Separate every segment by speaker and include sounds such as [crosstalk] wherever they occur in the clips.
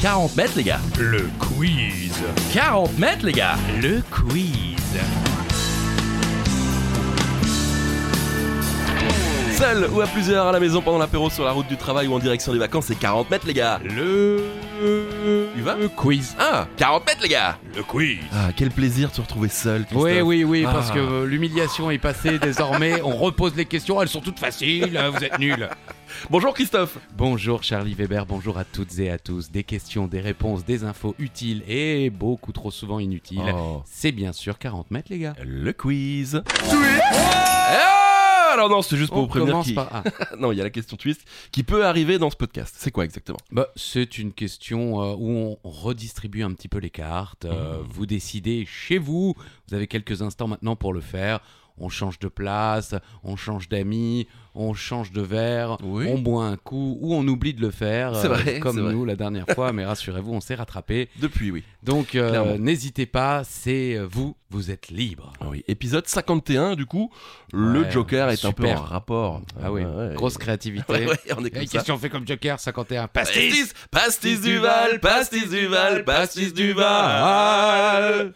Speaker 1: 40 mètres, les gars.
Speaker 2: Le quiz.
Speaker 1: 40 mètres, les gars.
Speaker 2: Le quiz.
Speaker 1: Seul ou à plusieurs à la maison pendant l'apéro sur la route du travail ou en direction des vacances, c'est 40 mètres, les gars.
Speaker 2: Le.
Speaker 1: Tu vas
Speaker 2: Le quiz.
Speaker 1: Ah, 40 mètres, les gars.
Speaker 2: Le quiz.
Speaker 1: Ah, quel plaisir de se retrouver seul. Christophe.
Speaker 2: Oui, oui, oui,
Speaker 1: Ah.
Speaker 2: parce que euh, l'humiliation est passée désormais. On repose les questions, elles sont toutes faciles, hein, vous êtes nuls.
Speaker 1: Bonjour, Christophe.
Speaker 2: Bonjour Charlie Weber, bonjour à toutes et à tous. Des questions, des réponses, des infos utiles et beaucoup trop souvent inutiles.
Speaker 1: Oh.
Speaker 2: C'est bien sûr 40 mètres, les gars.
Speaker 1: Le quiz. Ah, Alors non, c'est juste pour vous
Speaker 2: On
Speaker 1: prévenir
Speaker 2: commence
Speaker 1: qui...
Speaker 2: par. Ah.
Speaker 1: [laughs] non, il y a la question twist qui peut arriver dans ce podcast. C'est quoi exactement
Speaker 2: Bah, c'est une question euh, où on redistribue un petit peu les cartes. Euh,
Speaker 1: Mmh.
Speaker 2: Vous décidez chez vous. Vous avez quelques instants maintenant pour le faire. On change de place, on change d'amis, on change de verre,
Speaker 1: Oui.
Speaker 2: on boit un coup ou on oublie de le faire, euh,
Speaker 1: C'est vrai,
Speaker 2: comme
Speaker 1: c'est vrai.
Speaker 2: nous la dernière
Speaker 1: [laughs]
Speaker 2: fois. mais rassurez-vous, on s'est rattrapé.
Speaker 1: Depuis, oui.
Speaker 2: Donc euh,
Speaker 1: Clairement.
Speaker 2: n'hésitez pas, c'est euh, vous, vous êtes libre.
Speaker 1: Ah oui. Épisode 51, du coup, le
Speaker 2: Ouais,
Speaker 1: Joker est un peu
Speaker 2: super.
Speaker 1: en rapport.
Speaker 2: Ah oui,
Speaker 1: ouais.
Speaker 2: grosse créativité.
Speaker 1: [laughs] Ouais, ouais, on est comme
Speaker 2: Hey,
Speaker 1: ça.
Speaker 2: question Eh, fait comme Joker 51. Pastis
Speaker 1: Pastis, pastis Duval, pastis Duval, pastis Duval.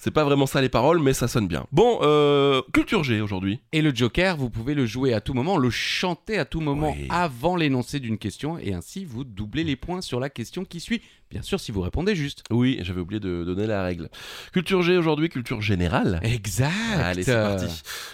Speaker 1: C'est pas vraiment ça les paroles, mais ça sonne bien. Bon, euh, culture G aujourd'hui.
Speaker 2: Et le Joker, vous pouvez le jouer à tout moment, le chanter à tout moment
Speaker 1: Oui.
Speaker 2: avant l'énoncé d'une question, et ainsi vous doublez les points sur la question qui suit, bien sûr si vous répondez juste.
Speaker 1: Oui, j'avais oublié de donner la règle. Culture G aujourd'hui, culture générale.
Speaker 2: Exact.
Speaker 1: Allez, c'est parti.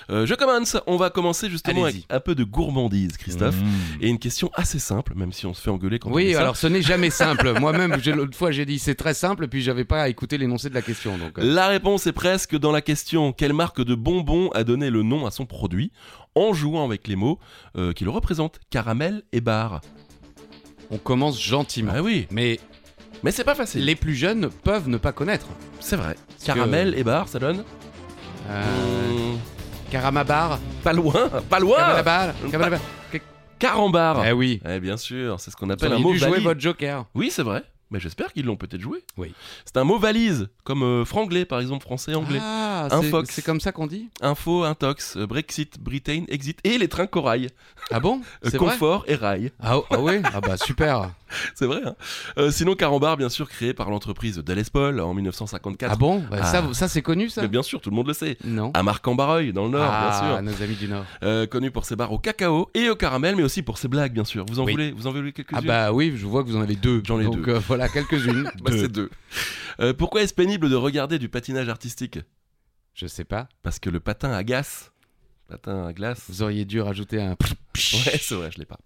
Speaker 1: Euh, je commence. On va commencer justement
Speaker 2: Allez-y. Mmh.
Speaker 1: avec un peu de gourmandise, Christophe. Et une question assez simple, même si on se fait engueuler quand on dit
Speaker 2: Oui,
Speaker 1: ça.
Speaker 2: alors ce n'est jamais simple. Moi-même, j'ai- l'autre fois, j'ai dit c'est très simple, puis j'avais pas à écouter l'énoncé de la question. Donc, euh,
Speaker 1: La réponse est presque dans la question quelle marque de bonbons a donné le nom à son produit en jouant avec les mots euh, qui le représentent caramel et barre.
Speaker 2: on commence gentiment.
Speaker 1: Ah oui,
Speaker 2: Mais
Speaker 1: mais c'est pas facile.
Speaker 2: les plus jeunes peuvent ne pas connaître.
Speaker 1: C'est vrai. Caramel et barre, ça donne
Speaker 2: Euh,
Speaker 1: Mmh,
Speaker 2: Caramabar,
Speaker 1: Pas loin, pas loin.
Speaker 2: Camalabar, Camalabar.
Speaker 1: Carambar.
Speaker 2: Eh oui.
Speaker 1: Eh bien sûr, c'est ce qu'on
Speaker 2: Vous
Speaker 1: appelle un
Speaker 2: auriez
Speaker 1: mot
Speaker 2: dû jouer
Speaker 1: valise.
Speaker 2: votre Joker.
Speaker 1: Oui, c'est vrai. Mais j'espère qu'ils l'ont peut-être joué.
Speaker 2: Oui.
Speaker 1: C'est un mot valise, comme euh, franglais par exemple, français, anglais.
Speaker 2: Ah,
Speaker 1: Un
Speaker 2: c'est-
Speaker 1: fox.
Speaker 2: c'est comme ça qu'on dit
Speaker 1: Info, intox, euh, Brexit, Britain, exit et les trains corail.
Speaker 2: Ah bon
Speaker 1: Euh,
Speaker 2: C'est vrai
Speaker 1: confort et rail.
Speaker 2: Ah, ah ouais Ah bah super
Speaker 1: C'est vrai. hein. Euh, sinon, Carambar, bien sûr, créé par l'entreprise Delespol en 1954.
Speaker 2: Ah bon Bah,
Speaker 1: Ah.
Speaker 2: Ça, ça c'est connu ça
Speaker 1: Mais bien sûr, tout le monde le sait.
Speaker 2: Non.
Speaker 1: À Marc-en-Barreuil, dans le Nord, bien
Speaker 2: Ah,
Speaker 1: sûr.
Speaker 2: nos amis du Nord.
Speaker 1: Euh, connu pour ses bars au cacao et au caramel, mais aussi pour ses blagues, bien sûr. Vous en
Speaker 2: Oui.
Speaker 1: voulez Vous en voulez quelques-unes
Speaker 2: Ah bah oui, je vois que vous en avez deux.
Speaker 1: J'en ai
Speaker 2: Donc
Speaker 1: deux.
Speaker 2: euh, voilà, quelques-unes.
Speaker 1: [laughs] Bah, c'est deux. Euh, pourquoi est-ce pénible de regarder du patinage artistique
Speaker 2: Je sais pas.
Speaker 1: Parce que le patin agace. Patin à glace.
Speaker 2: Vous auriez dû rajouter un... [laughs]
Speaker 1: Ouais, c'est vrai, je l'ai pas.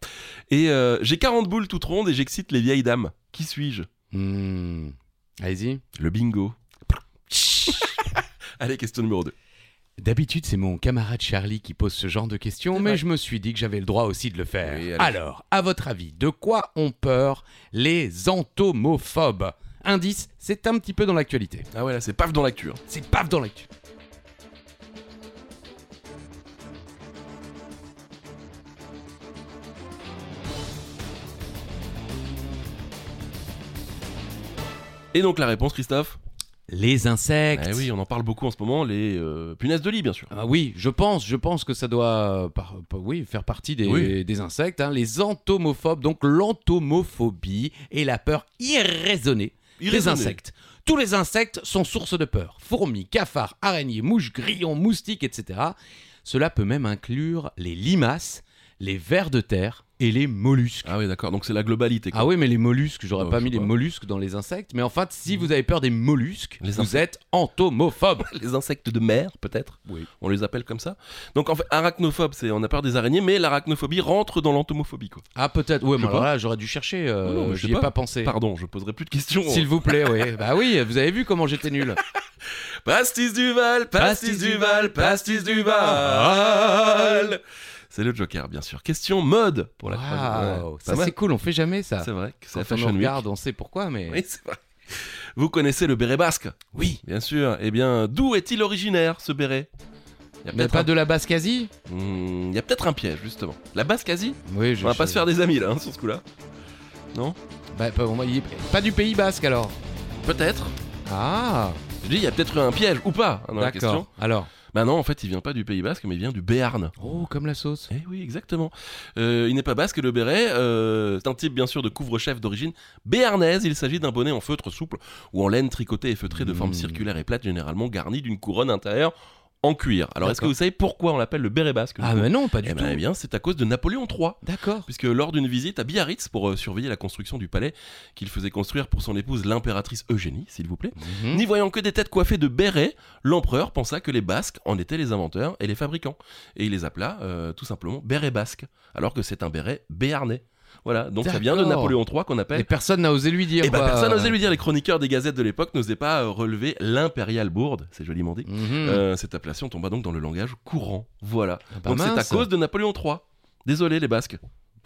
Speaker 1: Et euh, j'ai 40 boules toutes rondes et j'excite les vieilles dames. Qui suis-je
Speaker 2: Hmm. Allez-y.
Speaker 1: Le bingo. Allez, question numéro 2.
Speaker 2: D'habitude, c'est mon camarade Charlie qui pose ce genre de questions,
Speaker 1: C'est
Speaker 2: mais
Speaker 1: vrai.
Speaker 2: je me suis dit que j'avais le droit aussi de le faire.
Speaker 1: Oui, allez.
Speaker 2: Alors, à votre avis, de quoi ont peur les entomophobes Indice, c'est un petit peu dans l'actualité.
Speaker 1: Ah ouais, là, c'est paf dans l'actu. hein.
Speaker 2: C'est paf dans l'actu.
Speaker 1: Et donc la réponse, Christophe
Speaker 2: Les insectes.
Speaker 1: Eh oui, on en parle beaucoup en ce moment, les euh, punaises de lit, bien sûr.
Speaker 2: Ah oui, je pense, je pense que ça doit euh, par- par- oui, faire partie des,
Speaker 1: Oui.
Speaker 2: des insectes. hein. Les entomophobes, donc l'entomophobie est la peur irraisonnée des
Speaker 1: Irraisonné.
Speaker 2: insectes. Tous les insectes sont source de peur. Fourmis, cafards, araignées, mouches, grillons, moustiques, etc. Cela peut même inclure les limaces, les vers de terre et les mollusques.
Speaker 1: Ah oui, d'accord, donc c'est la globalité. quoi.
Speaker 2: Ah oui, mais les mollusques, j'aurais
Speaker 1: Oh,
Speaker 2: pas
Speaker 1: je
Speaker 2: mis les
Speaker 1: vois.
Speaker 2: mollusques dans les insectes. Mais en fait, si vous avez peur des mollusques,
Speaker 1: Les
Speaker 2: vous êtes entomophobe.
Speaker 1: Les insectes de mer, peut-être
Speaker 2: Oui.
Speaker 1: On les appelle comme ça. Donc en fait, arachnophobe, c'est on a peur des araignées, mais l'arachnophobie rentre dans l'entomophobie, quoi.
Speaker 2: Ah peut-être, ouais,
Speaker 1: Je
Speaker 2: mais
Speaker 1: sais
Speaker 2: alors
Speaker 1: pas.
Speaker 2: là, j'aurais dû chercher. euh,
Speaker 1: Non, non, mais je
Speaker 2: j'y
Speaker 1: sais
Speaker 2: ai
Speaker 1: pas.
Speaker 2: pas pensé.
Speaker 1: Pardon, je poserai plus de questions.
Speaker 2: S'il vous plaît, oui. Bah oui, vous avez vu comment j'étais nul.
Speaker 1: Pastis Duval, Pastis
Speaker 2: Pastis
Speaker 1: Duval, Pastis Duval C'est le Joker, bien sûr. Question mode pour la troisième-
Speaker 2: Waouh,
Speaker 1: Ouais,
Speaker 2: ça
Speaker 1: pas mal.
Speaker 2: c'est cool, on fait jamais ça.
Speaker 1: C'est vrai que c'est la
Speaker 2: Quand on
Speaker 1: Fashion
Speaker 2: en
Speaker 1: Week.
Speaker 2: regarde, on sait pourquoi, mais
Speaker 1: Oui, c'est vrai. Vous connaissez le béret basque
Speaker 2: oui.
Speaker 1: Bien sûr. Eh bien, d'où est-il originaire ce béret Il y a
Speaker 2: Mais
Speaker 1: peut-être
Speaker 2: pas
Speaker 1: un...
Speaker 2: de la Bascasie
Speaker 1: Hmm, il y a peut-être un piège, justement. La basse quasi
Speaker 2: Oui, je.
Speaker 1: On va pas
Speaker 2: je-
Speaker 1: se faire des amis, là, hein, sur ce coup-là.
Speaker 2: Bah, pas, on va y- pas du Pays Basque alors.
Speaker 1: Peut-être.
Speaker 2: Ah,
Speaker 1: Je dis, il y a peut-être eu un piège ou pas hein, dans la question.
Speaker 2: d'accord. Alors,
Speaker 1: Bah non, en fait, il vient pas du Pays Basque, mais il vient du Béarn.
Speaker 2: Oh, comme la sauce.
Speaker 1: Eh oui, exactement. Euh, il n'est pas basque, le béret. euh, c'est un type, bien sûr, de couvre-chef d'origine béarnaise. Il s'agit d'un bonnet en feutre souple ou en laine tricotée et feutrée de forme
Speaker 2: Mmh.
Speaker 1: circulaire et plate, généralement garnie d'une couronne intérieure en cuir. Alors, est-ce que
Speaker 2: D'accord.
Speaker 1: vous savez pourquoi on l'appelle le béret basque du
Speaker 2: Ah,
Speaker 1: coup
Speaker 2: mais non, pas du
Speaker 1: Eh
Speaker 2: tout.
Speaker 1: ben, eh bien, c'est à cause de Napoléon III.
Speaker 2: D'accord.
Speaker 1: Puisque lors d'une visite à Biarritz pour euh, surveiller la construction du palais qu'il faisait construire pour son épouse l'impératrice Eugénie, s'il vous plaît,
Speaker 2: Mhm.
Speaker 1: n'y voyant que des têtes coiffées de bérets, l'empereur pensa que les Basques en étaient les inventeurs et les fabricants. Et il les appela euh, tout simplement bérets basques, alors que c'est un béret béarnais. Voilà, donc ça vient de
Speaker 2: D'accord.
Speaker 1: Napoléon III qu'on appelle
Speaker 2: Et personne n'a osé lui dire.
Speaker 1: et bah,
Speaker 2: quoi.
Speaker 1: personne n'osait lui dire, les chroniqueurs des gazettes de l'époque n'osaient pas euh, relever l'impériale bourde, c'est joliment dit.
Speaker 2: Mhm.
Speaker 1: Euh, cette appellation tomba donc dans le langage courant. Voilà.
Speaker 2: Ah, bah
Speaker 1: donc c'est à
Speaker 2: mince.
Speaker 1: cause de Napoléon III. Désolé les Basques.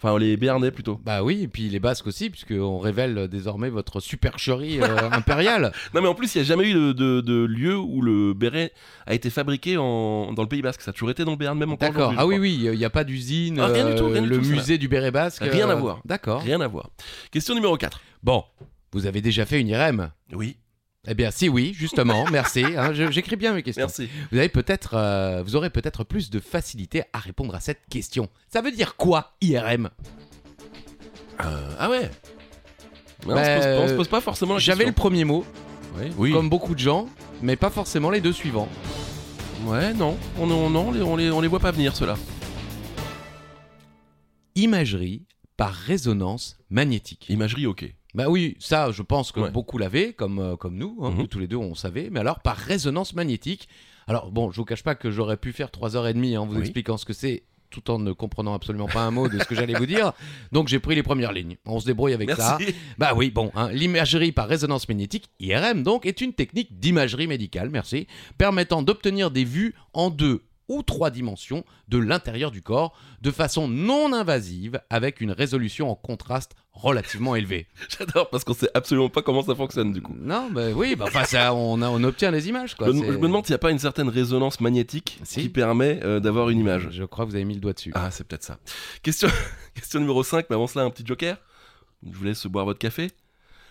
Speaker 1: Enfin les Béarnais plutôt.
Speaker 2: Bah oui, et puis les Basques aussi, puisqu'on révèle euh, désormais votre supercherie
Speaker 1: [laughs]
Speaker 2: euh, impériale.
Speaker 1: Non mais en plus il n'y a jamais eu de, de- de lieu où le béret a été fabriqué en, dans le Pays Basque. Ça a toujours été dans le Béarn même encore
Speaker 2: D'accord.
Speaker 1: aujourd'hui, je
Speaker 2: Ah oui,
Speaker 1: crois.
Speaker 2: oui, il n'y a pas d'usine. euh,
Speaker 1: Ah, rien du tout, rien du
Speaker 2: le
Speaker 1: tout, ça
Speaker 2: musée du Béret Basque. euh,
Speaker 1: Rien à voir.
Speaker 2: D'accord.
Speaker 1: Rien à voir. Question numéro 4.
Speaker 2: Bon, vous avez déjà fait une IRM
Speaker 1: Oui,
Speaker 2: Eh bien, si oui, justement, merci. hein, je- J'écris bien mes questions.
Speaker 1: merci.
Speaker 2: Vous avez peut-être, euh, vous aurez peut-être plus de facilité à répondre à cette question. Ça veut dire quoi IRM
Speaker 1: Euh, ah ouais Non,
Speaker 2: Bah,
Speaker 1: on, se pose, on se pose pas forcément la
Speaker 2: J'avais le
Speaker 1: question.
Speaker 2: premier mot,
Speaker 1: J'avais le... Oui,
Speaker 2: comme beaucoup de gens, mais pas forcément les deux suivants.
Speaker 1: ouais, non, on, on- non, on les, on, les, on les voit pas venir ceux-là.
Speaker 2: Imagerie par résonance magnétique.
Speaker 1: Imagerie, ok.
Speaker 2: Bah oui, ça, je pense que
Speaker 1: Ouais.
Speaker 2: beaucoup l'avaient, comme, euh, comme nous, hein,
Speaker 1: Mhm.
Speaker 2: que tous les deux on savait, mais alors par résonance magnétique. Alors bon, je vous cache pas que j'aurais pu faire 3h30 en hein, vous
Speaker 1: Oui.
Speaker 2: expliquant ce que c'est, tout en ne comprenant absolument pas un mot de ce que j'allais vous dire.
Speaker 1: [laughs]
Speaker 2: Donc j'ai pris les premières lignes. On se débrouille avec ça.
Speaker 1: Merci.
Speaker 2: Bah oui, bon, hein, l'imagerie par résonance magnétique, IRM donc, est une technique d'imagerie médicale, merci, permettant d'obtenir des vues en deux ou trois dimensions de l'intérieur du corps de façon non invasive avec une résolution en contraste relativement élevée.
Speaker 1: [laughs] J'adore parce qu'on sait absolument pas comment ça fonctionne du coup.
Speaker 2: Non, bah oui, bah enfin ça, on, a- on obtient les images quoi.
Speaker 1: je, me,
Speaker 2: c'est-
Speaker 1: je me demande s'il n'y a pas une certaine résonance magnétique
Speaker 2: Si.
Speaker 1: qui permet euh, d'avoir une image.
Speaker 2: Je crois que vous avez mis le doigt dessus.
Speaker 1: Ah, c'est peut-être ça. Question, [laughs] question numéro 5, mais avant cela, un petit joker. Je vous laisse boire votre café.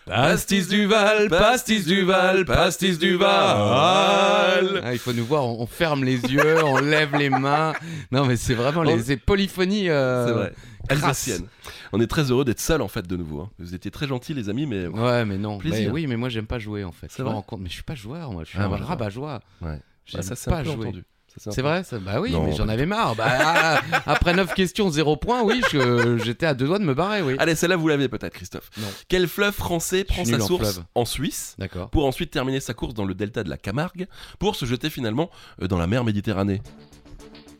Speaker 1: Pastis Duval, Pastis Duval, Pastis Duval.
Speaker 2: Ah, il faut nous voir, on, on ferme les
Speaker 1: [laughs]
Speaker 2: yeux, on lève les mains. Non mais c'est vraiment les,
Speaker 1: On-
Speaker 2: c'est polyphonie. euh,
Speaker 1: C'est vrai.
Speaker 2: crasse.
Speaker 1: Alsacienne. On est très heureux d'être seuls en fait de nouveau. hein. Vous étiez très gentils les amis, mais
Speaker 2: Ouais, mais non.
Speaker 1: Plaisir.
Speaker 2: Mais oui, mais moi j'aime pas jouer en fait.
Speaker 1: C'est
Speaker 2: Je me
Speaker 1: vrai
Speaker 2: rends compte, mais je suis pas joueur, moi. Je suis
Speaker 1: Ah,
Speaker 2: un
Speaker 1: voilà.
Speaker 2: rabat joie.
Speaker 1: Ouais. Bah,
Speaker 2: J'aime
Speaker 1: ça c'est un
Speaker 2: pas
Speaker 1: peu
Speaker 2: jouer.
Speaker 1: entendu. Ça, un
Speaker 2: C'est
Speaker 1: peu-
Speaker 2: vrai, ça... bah oui,
Speaker 1: Non,
Speaker 2: mais j'en
Speaker 1: pas
Speaker 2: avais marre. Bah, ah,
Speaker 1: [laughs]
Speaker 2: après 9 questions, 0 point, oui, je- j'étais à deux doigts de me barrer, oui.
Speaker 1: Allez, celle-là vous l'avez peut-être, Christophe.
Speaker 2: Non.
Speaker 1: Quel fleuve français prend
Speaker 2: suis
Speaker 1: sa
Speaker 2: nul en
Speaker 1: source
Speaker 2: fleuve.
Speaker 1: en Suisse
Speaker 2: D'accord.
Speaker 1: pour ensuite terminer sa course dans le delta de la Camargue pour se jeter finalement euh, dans la mer Méditerranée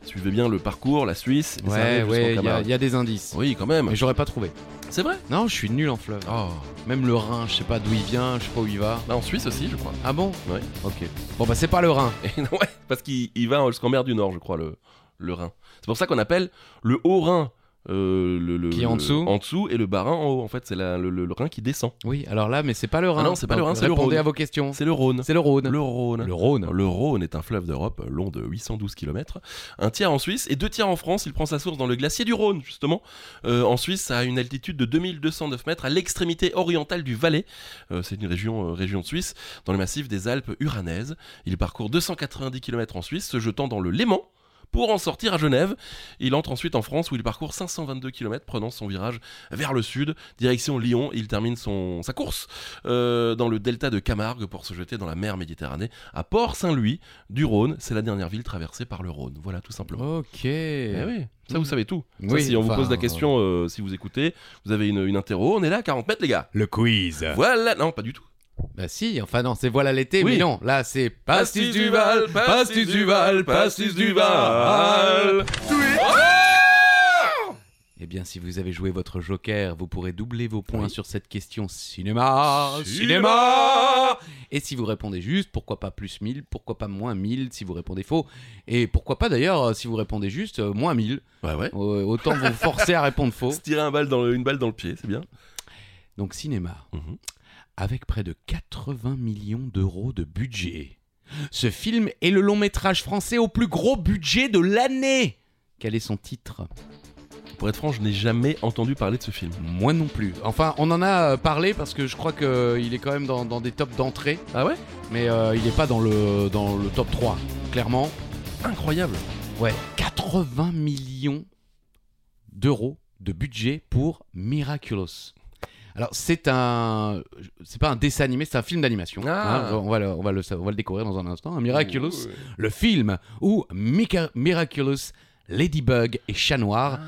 Speaker 1: Suivez bien le parcours, la Suisse, et ça
Speaker 2: Ouais,
Speaker 1: arrive
Speaker 2: ouais,
Speaker 1: jusqu'en
Speaker 2: il y, a-
Speaker 1: Camargue.
Speaker 2: y a des indices.
Speaker 1: Oui, quand même.
Speaker 2: Mais j'aurais pas trouvé.
Speaker 1: C'est vrai.
Speaker 2: Non, je suis nul en fleuve.
Speaker 1: Oh.
Speaker 2: Même le Rhin, je sais pas d'où il vient, je sais pas où il va.
Speaker 1: Bah, en Suisse aussi, je crois.
Speaker 2: Ah bon
Speaker 1: Ouais.
Speaker 2: Ok. Bon, bah c'est pas le Rhin.
Speaker 1: [laughs] Et non, ouais, parce qu'il il va jusqu'en mer du Nord, je crois, le, le Rhin. C'est pour ça qu'on appelle le Haut-Rhin. euh, le, le-
Speaker 2: Qui est en
Speaker 1: le-
Speaker 2: dessous
Speaker 1: En dessous et le Bas-Rhin en haut. En fait, c'est la- le, le- le Rhin qui descend.
Speaker 2: Oui, alors là, mais c'est pas le Rhin.
Speaker 1: Ah non, c'est pas le
Speaker 2: Donc,
Speaker 1: Rhin, c'est le
Speaker 2: Répondez
Speaker 1: Rhône.
Speaker 2: à vos questions.
Speaker 1: C'est le Rhône.
Speaker 2: C'est le Rhône.
Speaker 1: Le Rhône.
Speaker 2: Le Rhône.
Speaker 1: Le Rhône est un fleuve d'Europe euh, long de 812 km, un tiers en Suisse et deux tiers en France. Il prend sa source dans le glacier du Rhône, justement. Euh, en Suisse, à une altitude de 2209 mètres, à l'extrémité orientale du Valais. Euh, c'est une région, euh, région de Suisse, dans le massif des Alpes uranaises. Il parcourt 290 km en Suisse, se jetant dans le Léman. Pour en sortir à Genève, il entre ensuite en France où il parcourt 522 km, prenant son virage vers le sud, direction Lyon. Il termine son, sa course euh, dans le delta de Camargue pour se jeter dans la mer Méditerranée à Port-Saint-Louis du Rhône. C'est la dernière ville traversée par le Rhône. Voilà, tout simplement.
Speaker 2: Ok.
Speaker 1: Eh oui, ça vous savez tout. Ça,
Speaker 2: Oui,
Speaker 1: si on vous
Speaker 2: enfin,
Speaker 1: pose la question, euh, si vous écoutez, vous avez une, une interro, on est là à 40 mètres, les gars.
Speaker 2: Le quiz.
Speaker 1: Voilà, non, pas du tout.
Speaker 2: Bah si, enfin non, c'est voilà l'été,
Speaker 1: Oui.
Speaker 2: mais non, là c'est pastis du
Speaker 1: Duval,
Speaker 2: Val, pastis du Val, pastis du Val. Eh bien, si vous avez joué votre joker, vous pourrez doubler vos points
Speaker 1: Oui.
Speaker 2: sur cette question cinéma,
Speaker 1: Cinéma.
Speaker 2: Et si vous répondez juste, pourquoi pas plus 1000, pourquoi pas moins 1000 si vous répondez faux, et pourquoi pas d'ailleurs euh, si vous répondez juste euh, moins 1000,
Speaker 1: Ouais, ouais.
Speaker 2: Euh, autant vous forcer à
Speaker 1: [laughs]
Speaker 2: répondre faux.
Speaker 1: Se tirer un balle dans le- une balle dans le pied, c'est bien.
Speaker 2: Donc cinéma,
Speaker 1: Mhm.
Speaker 2: avec près de 80 millions d'euros de budget. Ce film est le long métrage français au plus gros budget de l'année. Quel est son titre
Speaker 1: Pour être franc, je n'ai jamais entendu parler de ce film.
Speaker 2: Moi non plus. Enfin, on en a euh, parlé parce que je crois qu'il est quand même dans, dans des tops d'entrée,
Speaker 1: Ah ouais
Speaker 2: mais euh, il n'est pas dans le, dans le top 3, clairement.
Speaker 1: incroyable.
Speaker 2: Ouais, 80 millions d'euros de budget pour Miraculous. Alors c'est un, c'est pas un dessin animé, c'est un film d'animation.
Speaker 1: Ah.
Speaker 2: hein, on, va le, on, va le, on va le découvrir dans un instant. Un Miraculous, le film où Mica- Miraculous, Ladybug et Chat Noir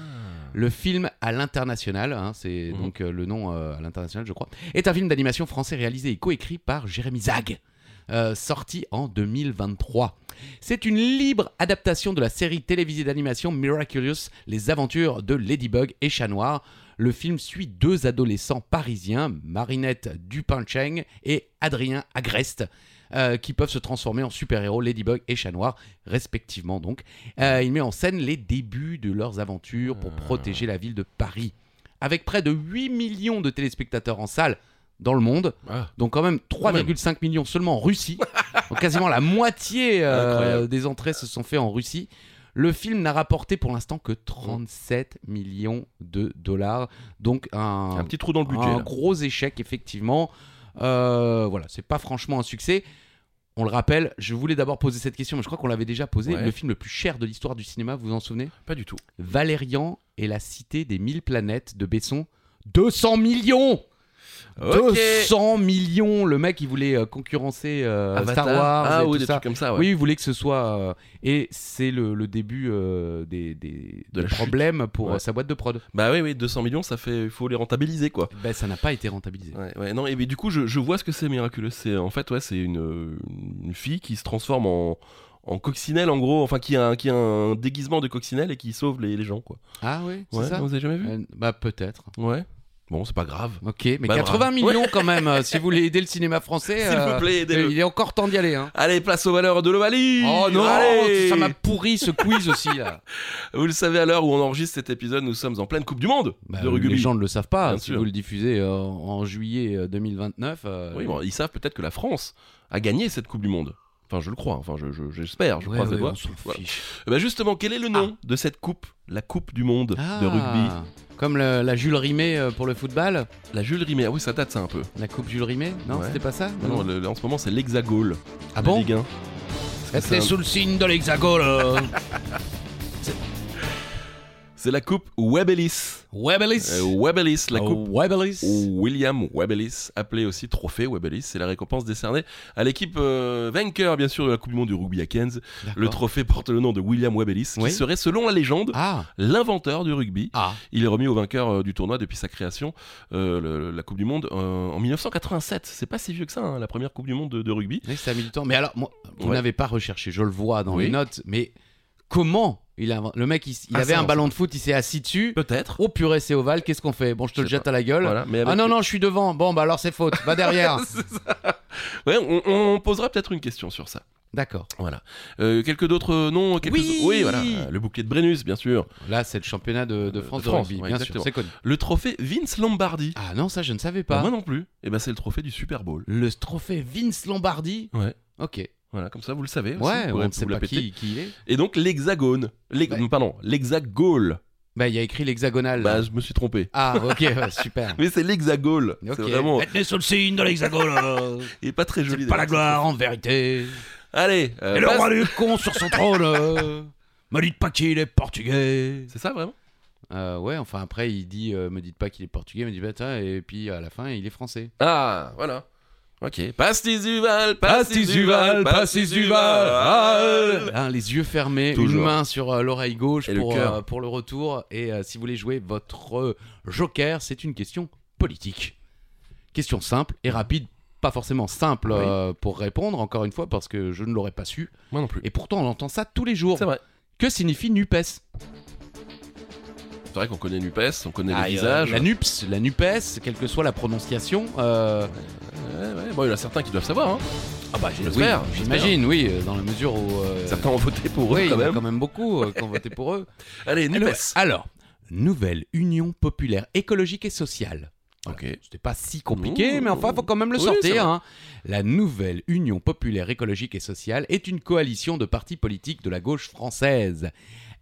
Speaker 2: le film à l'international, hein, c'est
Speaker 1: Mhm.
Speaker 2: donc euh, le nom euh, à l'international, je crois, est un film d'animation français réalisé et coécrit par Jérémy Zag. euh, sorti en 2023. C'est une libre adaptation de la série télévisée d'animation Miraculous, les aventures de Ladybug et Chat Noir. Le film suit deux adolescents parisiens, Marinette Dupin-Cheng et Adrien Agreste, euh, qui peuvent se transformer en super-héros Ladybug et Chat Noir, respectivement donc. Euh, il met en scène les débuts de leurs aventures pour
Speaker 1: Ah.
Speaker 2: protéger la ville de Paris. Avec près de 8 millions de téléspectateurs en salle dans le monde,
Speaker 1: Ah.
Speaker 2: donc quand même 3,5 millions seulement en
Speaker 1: [laughs]
Speaker 2: Russie. Donc quasiment la moitié euh,
Speaker 1: Incroyable.
Speaker 2: des entrées se sont faites en Russie. Le film n'a rapporté pour l'instant que 37 millions de dollars. Donc un,
Speaker 1: Un petit trou dans le budget.
Speaker 2: un
Speaker 1: là.
Speaker 2: gros échec, effectivement. Euh, voilà, c'est pas franchement un succès. On le rappelle, je voulais d'abord poser cette question, mais je crois qu'on l'avait déjà posée.
Speaker 1: Ouais.
Speaker 2: Le film le plus cher de l'histoire du cinéma, vous vous en souvenez
Speaker 1: Pas du tout.
Speaker 2: Valérian et la cité des mille planètes de Besson. 200 millions
Speaker 1: Ok.
Speaker 2: 200 millions Le mec, il voulait euh, concurrencer euh,
Speaker 1: Avatar.
Speaker 2: Star Wars
Speaker 1: Ah
Speaker 2: et
Speaker 1: oui,
Speaker 2: tout
Speaker 1: des
Speaker 2: ça.
Speaker 1: trucs comme ça. Ouais.
Speaker 2: Oui, il voulait que ce soit... euh, et c'est le, le début euh, des, des,
Speaker 1: De
Speaker 2: des
Speaker 1: la chute.
Speaker 2: problèmes pour
Speaker 1: Ouais.
Speaker 2: euh, sa boîte de prod.
Speaker 1: Bah oui, oui, 200 millions, ça fait, il faut les rentabiliser quoi.
Speaker 2: Ben, ça n'a pas été rentabilisé.
Speaker 1: Ouais, ouais, non, et mais du coup, je, je vois ce que c'est miraculeux. C'est en fait, ouais, c'est une, euh, une fille qui se transforme en, en coccinelle, en gros, enfin qui a, un- qui a un déguisement de coccinelle et qui sauve les, les gens, quoi.
Speaker 2: Ah ouais, c'est
Speaker 1: Ouais,
Speaker 2: ça
Speaker 1: vous avez jamais vu
Speaker 2: Euh, Bah peut-être.
Speaker 1: Ouais. Bon, c'est pas grave.
Speaker 2: Ok, mais
Speaker 1: Bah,
Speaker 2: 80
Speaker 1: bravo.
Speaker 2: millions quand
Speaker 1: [laughs]
Speaker 2: même, euh, si vous voulez aider le cinéma français.
Speaker 1: S'il
Speaker 2: euh,
Speaker 1: vous plaît, aidez-le.
Speaker 2: Il est encore temps d'y aller. Hein.
Speaker 1: Allez, place aux valeurs de l'Ovalie
Speaker 2: Oh non,
Speaker 1: Allez
Speaker 2: ça m'a pourri ce quiz aussi là.
Speaker 1: Vous le savez, à l'heure où on enregistre cet épisode, nous sommes en pleine Coupe du Monde
Speaker 2: Bah,
Speaker 1: de rugby.
Speaker 2: les gens ne le savent pas.
Speaker 1: Bien
Speaker 2: si
Speaker 1: sûr.
Speaker 2: vous le diffusez euh, en juillet euh, 2029, euh,
Speaker 1: Ah Oui, bon, ils savent peut-être que la France a gagné cette Coupe du Monde. Enfin, je le crois, enfin, je- je- j'espère, je,
Speaker 2: ouais,
Speaker 1: croise
Speaker 2: ouais,
Speaker 1: les doigts.
Speaker 2: on s'en
Speaker 1: Voilà.
Speaker 2: fiche.
Speaker 1: Eh ben justement, quel est le nom de cette coupe La Coupe du Monde
Speaker 2: Ah,
Speaker 1: de rugby.
Speaker 2: Comme le- la Jules Rimet euh, pour le football,
Speaker 1: La Jules Rimet, ah oui, ça date ça un peu.
Speaker 2: la Coupe Jules Rimet, non,
Speaker 1: Ouais.
Speaker 2: c'était pas ça
Speaker 1: Non, non, le- le- en ce moment, c'est l'Hexagone.
Speaker 2: Ah bon
Speaker 1: Ligue 1. que c'est
Speaker 2: C'était
Speaker 1: un-
Speaker 2: sous le signe de l'hexagone. euh.
Speaker 1: [laughs] C'est la Coupe Webelis.
Speaker 2: Webelis.
Speaker 1: Euh, Webelis, la
Speaker 2: Oh,
Speaker 1: Coupe.
Speaker 2: Webelis.
Speaker 1: William Webelis, appelé aussi Trophée Webelis, c'est la récompense décernée à l'équipe euh, vainqueur, bien sûr, de la Coupe du Monde du rugby à Kenz. Le
Speaker 2: D'accord.
Speaker 1: trophée porte le nom de William Webelis,
Speaker 2: Oui.
Speaker 1: qui serait, selon la légende,
Speaker 2: Ah,
Speaker 1: l'inventeur du rugby.
Speaker 2: ah.
Speaker 1: Il est remis au vainqueur euh, du tournoi depuis sa création, euh, le- la Coupe du Monde, euh, en 1987. C'est pas si vieux que ça, hein, la première Coupe du Monde de, de rugby.
Speaker 2: Oui, ça a mis du temps. Mais alors, moi, vous
Speaker 1: Ouais.
Speaker 2: n'avez pas recherché, je le vois dans les
Speaker 1: Oui.
Speaker 2: notes, mais comment il a... Le mec, il, s- il
Speaker 1: Ah,
Speaker 2: avait
Speaker 1: ça,
Speaker 2: un
Speaker 1: on
Speaker 2: ballon de foot, il s'est assis dessus.
Speaker 1: Peut-être.
Speaker 2: Oh purée, c'est ovale, qu'est-ce qu'on fait Bon, je te
Speaker 1: Je
Speaker 2: le
Speaker 1: sais
Speaker 2: jette à la gueule.
Speaker 1: Voilà, mais
Speaker 2: Ah
Speaker 1: avec-
Speaker 2: non, non, je suis devant. Bon, bah alors c'est faute. Va derrière.
Speaker 1: [laughs] C'est ça. Ouais, on, on posera peut-être une question sur ça.
Speaker 2: D'accord.
Speaker 1: Voilà. Euh, quelques d'autres euh, noms quelques-
Speaker 2: Oui
Speaker 1: voilà. euh, Le bouclier de Brennus, bien sûr.
Speaker 2: Là, c'est le championnat de, de France de,
Speaker 1: France,
Speaker 2: rugby,
Speaker 1: ouais,
Speaker 2: bien sûr.
Speaker 1: exactement.
Speaker 2: C'est connu.
Speaker 1: Le trophée Vince Lombardi.
Speaker 2: Ah non, ça, je ne savais
Speaker 1: Bah,
Speaker 2: pas.
Speaker 1: moi non plus. Et ben c'est le trophée du Super Bowl.
Speaker 2: Le trophée Vince Lombardi.
Speaker 1: Ouais.
Speaker 2: Ok.
Speaker 1: Voilà, comme ça vous le savez. aussi,
Speaker 2: Ouais,
Speaker 1: vous pourrez
Speaker 2: on ne sait
Speaker 1: vous la
Speaker 2: pas
Speaker 1: péter.
Speaker 2: qui, qui il est.
Speaker 1: Et donc l'hexagone. L'hex-
Speaker 2: Ouais.
Speaker 1: Pardon, l'hexagole.
Speaker 2: Bah, il y a écrit l'hexagonal. là.
Speaker 1: Bah, je me suis trompé.
Speaker 2: Ah,
Speaker 1: [laughs]
Speaker 2: ok, ouais, super.
Speaker 1: Mais c'est l'hexagole.
Speaker 2: Ok.
Speaker 1: C'est vraiment.
Speaker 2: Mettez sur le signe de l'hexagone. euh.
Speaker 1: [laughs] Il est pas très joli.
Speaker 2: C'est pas la
Speaker 1: d'ailleurs.
Speaker 2: gloire en vérité.
Speaker 1: Allez. euh,
Speaker 2: Et le
Speaker 1: passe-
Speaker 2: roi du con sur son
Speaker 1: Oh
Speaker 2: trône. euh, Me dites pas qu'il est portugais.
Speaker 1: C'est ça vraiment
Speaker 2: Euh, ouais, enfin après il dit euh, me dites pas qu'il est portugais, me dit bah tiens, et puis à la fin il est français.
Speaker 1: Ah, voilà. Ok. Pastis Duval, Pastis
Speaker 2: Pastis
Speaker 1: Duval, Pastis Duval.
Speaker 2: Hein, Les yeux fermés,
Speaker 1: Toujours.
Speaker 2: une main sur euh, l'oreille gauche
Speaker 1: Et le
Speaker 2: pour,
Speaker 1: cœur.
Speaker 2: euh, pour le retour. Et euh, si vous voulez jouer votre euh, joker, c'est une question politique. Question simple et rapide, pas forcément simple
Speaker 1: Oui.
Speaker 2: euh, pour répondre, encore une fois, parce que je ne l'aurais pas su.
Speaker 1: Moi non plus.
Speaker 2: Et pourtant on entend ça tous les jours.
Speaker 1: C'est vrai.
Speaker 2: Que signifie NUPES
Speaker 1: C'est vrai qu'on connaît Nupes, on connaît
Speaker 2: Ah,
Speaker 1: le
Speaker 2: et, euh,
Speaker 1: visage.
Speaker 2: La NUPS, la NUPES, quelle que soit la prononciation. euh,
Speaker 1: Ouais, ouais, bon, il y en a certains qui doivent savoir. Hein.
Speaker 2: Ah bah
Speaker 1: j'espère,
Speaker 2: oui,
Speaker 1: j'espère.
Speaker 2: J'imagine, oui, euh, dans la mesure où... euh,
Speaker 1: Certains ont voté pour
Speaker 2: oui,
Speaker 1: eux
Speaker 2: il y
Speaker 1: quand
Speaker 2: en a
Speaker 1: même.
Speaker 2: quand même beaucoup euh, qui ont voté pour eux.
Speaker 1: Allez, Nupes.
Speaker 2: Alors, Alors, nouvelle union populaire écologique et sociale.
Speaker 1: Ok.
Speaker 2: C'était pas si compliqué,
Speaker 1: Ouh.
Speaker 2: mais enfin, faut quand même le
Speaker 1: Oui, c'est vrai.
Speaker 2: sortir. hein. La nouvelle Union populaire écologique et sociale est une coalition de partis politiques de la gauche française.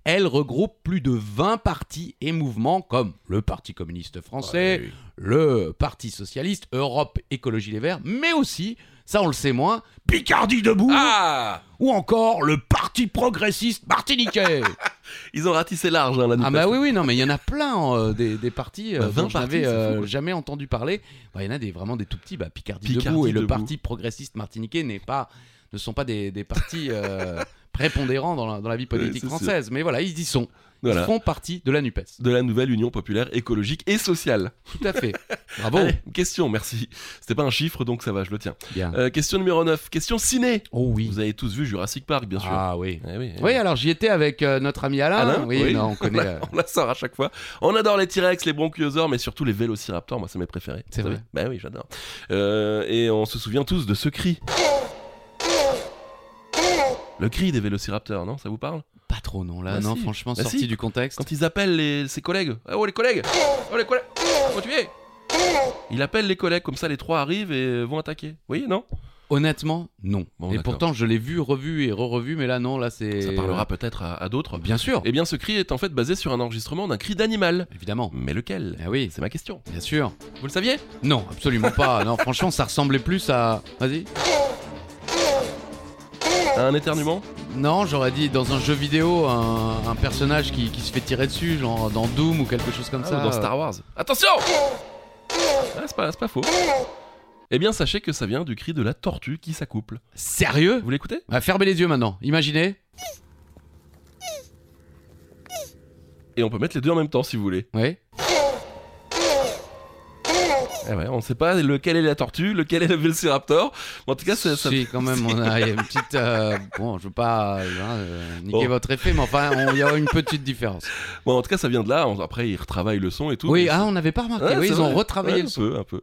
Speaker 2: Elle regroupe plus de 20 partis et mouvements comme le Parti communiste français,
Speaker 1: Ouais,
Speaker 2: le Parti socialiste, Europe Écologie Les Verts, mais aussi, ça on le sait moins, Picardie debout
Speaker 1: Ah
Speaker 2: ou encore le Parti progressiste
Speaker 1: [laughs]
Speaker 2: martiniquais.
Speaker 1: Ils ont ratissé large hein, là. nous,
Speaker 2: ah bah oui oui non mais il y en a plein euh, des, des partis euh,
Speaker 1: Bah, 20
Speaker 2: dont je
Speaker 1: partis,
Speaker 2: n'avais
Speaker 1: c'est
Speaker 2: euh,
Speaker 1: fou.
Speaker 2: jamais entendu parler. Bah, Il y en a des vraiment des tout petits, bah, Picardie,
Speaker 1: Picardie
Speaker 2: debout et le
Speaker 1: Debout.
Speaker 2: Parti progressiste martiniquais n'est pas ne sont pas des, des partis euh, [laughs] prépondérants dans la, dans la vie
Speaker 1: Ouais, c'est
Speaker 2: politique
Speaker 1: sûr.
Speaker 2: française, mais voilà ils y sont, ils
Speaker 1: Voilà.
Speaker 2: font partie de la Nupes.
Speaker 1: De la nouvelle Union populaire écologique et sociale.
Speaker 2: Tout à fait.
Speaker 1: [laughs]
Speaker 2: Bravo.
Speaker 1: Allez, question, merci. C'était pas un chiffre, donc ça va, je le tiens.
Speaker 2: Bien.
Speaker 1: Euh, question numéro 9, question ciné.
Speaker 2: Oh oui.
Speaker 1: Vous avez tous vu Jurassic Park, bien sûr.
Speaker 2: Ah oui.
Speaker 1: Eh oui, eh
Speaker 2: Oui, alors j'y étais avec euh, notre ami Alain.
Speaker 1: Alain,
Speaker 2: oui,
Speaker 1: oui.
Speaker 2: non, on
Speaker 1: [laughs]
Speaker 2: connaît. euh,
Speaker 1: On la sort à chaque fois. On adore les T-Rex, les bronchiosaures, mais surtout les vélociraptors. Moi, c'est mes préférés.
Speaker 2: C'est
Speaker 1: Vous
Speaker 2: vrai.
Speaker 1: savez Bah oui, j'adore. Euh, et on se souvient tous de ce cri. Le cri des vélociraptors, non Ça vous parle
Speaker 2: Pas trop, non. Là,
Speaker 1: Bah
Speaker 2: non,
Speaker 1: si.
Speaker 2: franchement,
Speaker 1: Bah
Speaker 2: sorti
Speaker 1: si.
Speaker 2: du contexte.
Speaker 1: Quand ils appellent les- ses collègues. Ah, Oh, les collègues Oh, les collègues Où tu es Il appelle les collègues, comme ça, les trois arrivent et vont attaquer. Vous voyez, non
Speaker 2: Honnêtement, non.
Speaker 1: Bon,
Speaker 2: et
Speaker 1: d'accord.
Speaker 2: pourtant, je l'ai vu, revu et re-revu, mais là, non, là, c'est.
Speaker 1: Ça parlera peut-être à, à d'autres.
Speaker 2: Oh, Bien sûr,
Speaker 1: Eh bien, ce cri est en fait basé sur un enregistrement d'un cri d'animal.
Speaker 2: évidemment.
Speaker 1: Mais lequel
Speaker 2: Ah oui,
Speaker 1: C'est ma question.
Speaker 2: bien sûr.
Speaker 1: Vous le saviez
Speaker 2: Non, absolument pas. Non, franchement, ça ressemblait plus à. Vas-y.
Speaker 1: Un éternuement
Speaker 2: Non, j'aurais dit dans un jeu vidéo, un, un personnage qui, qui se fait tirer dessus, genre dans Doom ou quelque chose comme
Speaker 1: Ah,
Speaker 2: ça.
Speaker 1: ou dans Star Wars. Attention Ah, c'est, pas, c'est pas faux. Eh bien, sachez que ça vient du cri de la tortue qui s'accouple.
Speaker 2: Sérieux
Speaker 1: Vous l'écoutez
Speaker 2: bah, Fermez les yeux maintenant. Imaginez.
Speaker 1: Et on peut mettre les deux en même temps si vous voulez.
Speaker 2: Oui.
Speaker 1: Eh ouais, on sait pas lequel est la tortue, lequel est le Velociraptor. Mais en tout cas, ça, ça-
Speaker 2: Si, quand même, on a il y a une petite. euh, bon, je veux pas euh, hein, euh, niquer
Speaker 1: Bon.
Speaker 2: votre effet, mais enfin, on- il y a une petite différence.
Speaker 1: bon, en tout cas, ça vient de là. On- Après, ils retravaillent le son et tout.
Speaker 2: Oui,
Speaker 1: Mais-
Speaker 2: ah, on n'avait pas remarqué.
Speaker 1: Ouais,
Speaker 2: oui,
Speaker 1: c'est
Speaker 2: ils ont
Speaker 1: vrai.
Speaker 2: retravaillé
Speaker 1: Ouais,
Speaker 2: le
Speaker 1: un
Speaker 2: son.
Speaker 1: peu, un peu.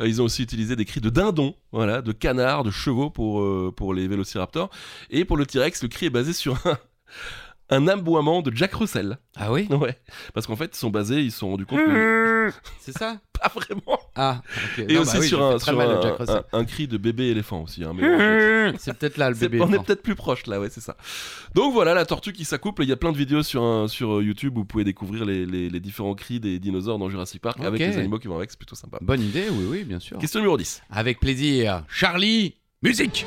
Speaker 1: Euh, ils ont aussi utilisé des cris de dindons, voilà, de canards, de chevaux pour, euh, pour les vélociraptors. Et pour le T-Rex, le cri est basé sur un, un aboiement de Jack Russell.
Speaker 2: Ah oui
Speaker 1: [laughs] Ouais. Parce qu'en fait, ils sont basés, ils se sont rendus compte que
Speaker 2: C'est ça
Speaker 1: pas vraiment.
Speaker 2: Ah, ok.
Speaker 1: Et
Speaker 2: Non,
Speaker 1: aussi
Speaker 2: bah oui,
Speaker 1: sur,
Speaker 2: je fais
Speaker 1: un,
Speaker 2: très
Speaker 1: sur
Speaker 2: mal,
Speaker 1: un-
Speaker 2: le Jack Russell.
Speaker 1: un- un cri de bébé éléphant aussi. hein,
Speaker 2: Mm-hmm.
Speaker 1: mais-
Speaker 2: C'est peut-être là le
Speaker 1: C'est-
Speaker 2: bébé.
Speaker 1: on est
Speaker 2: éléphant.
Speaker 1: peut-être plus proche là, ouais, c'est ça. Donc voilà, la tortue qui s'accouple. Il y a plein de vidéos sur, un- sur euh, YouTube où vous pouvez découvrir les, les- les différents cris des dinosaures dans Jurassic Park avec
Speaker 2: Ok.
Speaker 1: les animaux qui vont avec. C'est plutôt sympa.
Speaker 2: Bonne idée, oui, oui, bien sûr.
Speaker 1: Question numéro 10.
Speaker 2: Avec plaisir. Charlie, musique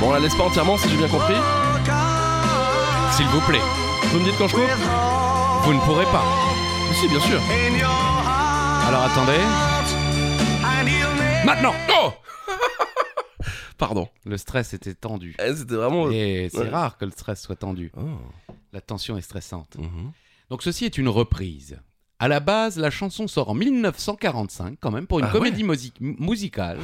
Speaker 1: Bon, on la laisse pas entièrement si j'ai bien compris.
Speaker 2: S'il vous plaît,
Speaker 1: Vous me dites quand je coupe
Speaker 2: vous ne pourrez pas.
Speaker 1: Mais Si, bien sûr.
Speaker 2: Alors attendez. Maintenant
Speaker 1: Oh Pardon.
Speaker 2: Le stress était tendu.
Speaker 1: Eh, C'était vraiment.
Speaker 2: Et c'est
Speaker 1: Ouais.
Speaker 2: rare que le stress soit tendu.
Speaker 1: Oh.
Speaker 2: La tension est stressante.
Speaker 1: Mhm.
Speaker 2: Donc ceci est une reprise. À la base, la chanson sort en 1945, quand même, pour une
Speaker 1: Ah
Speaker 2: comédie musi-
Speaker 1: [laughs]
Speaker 2: musicale,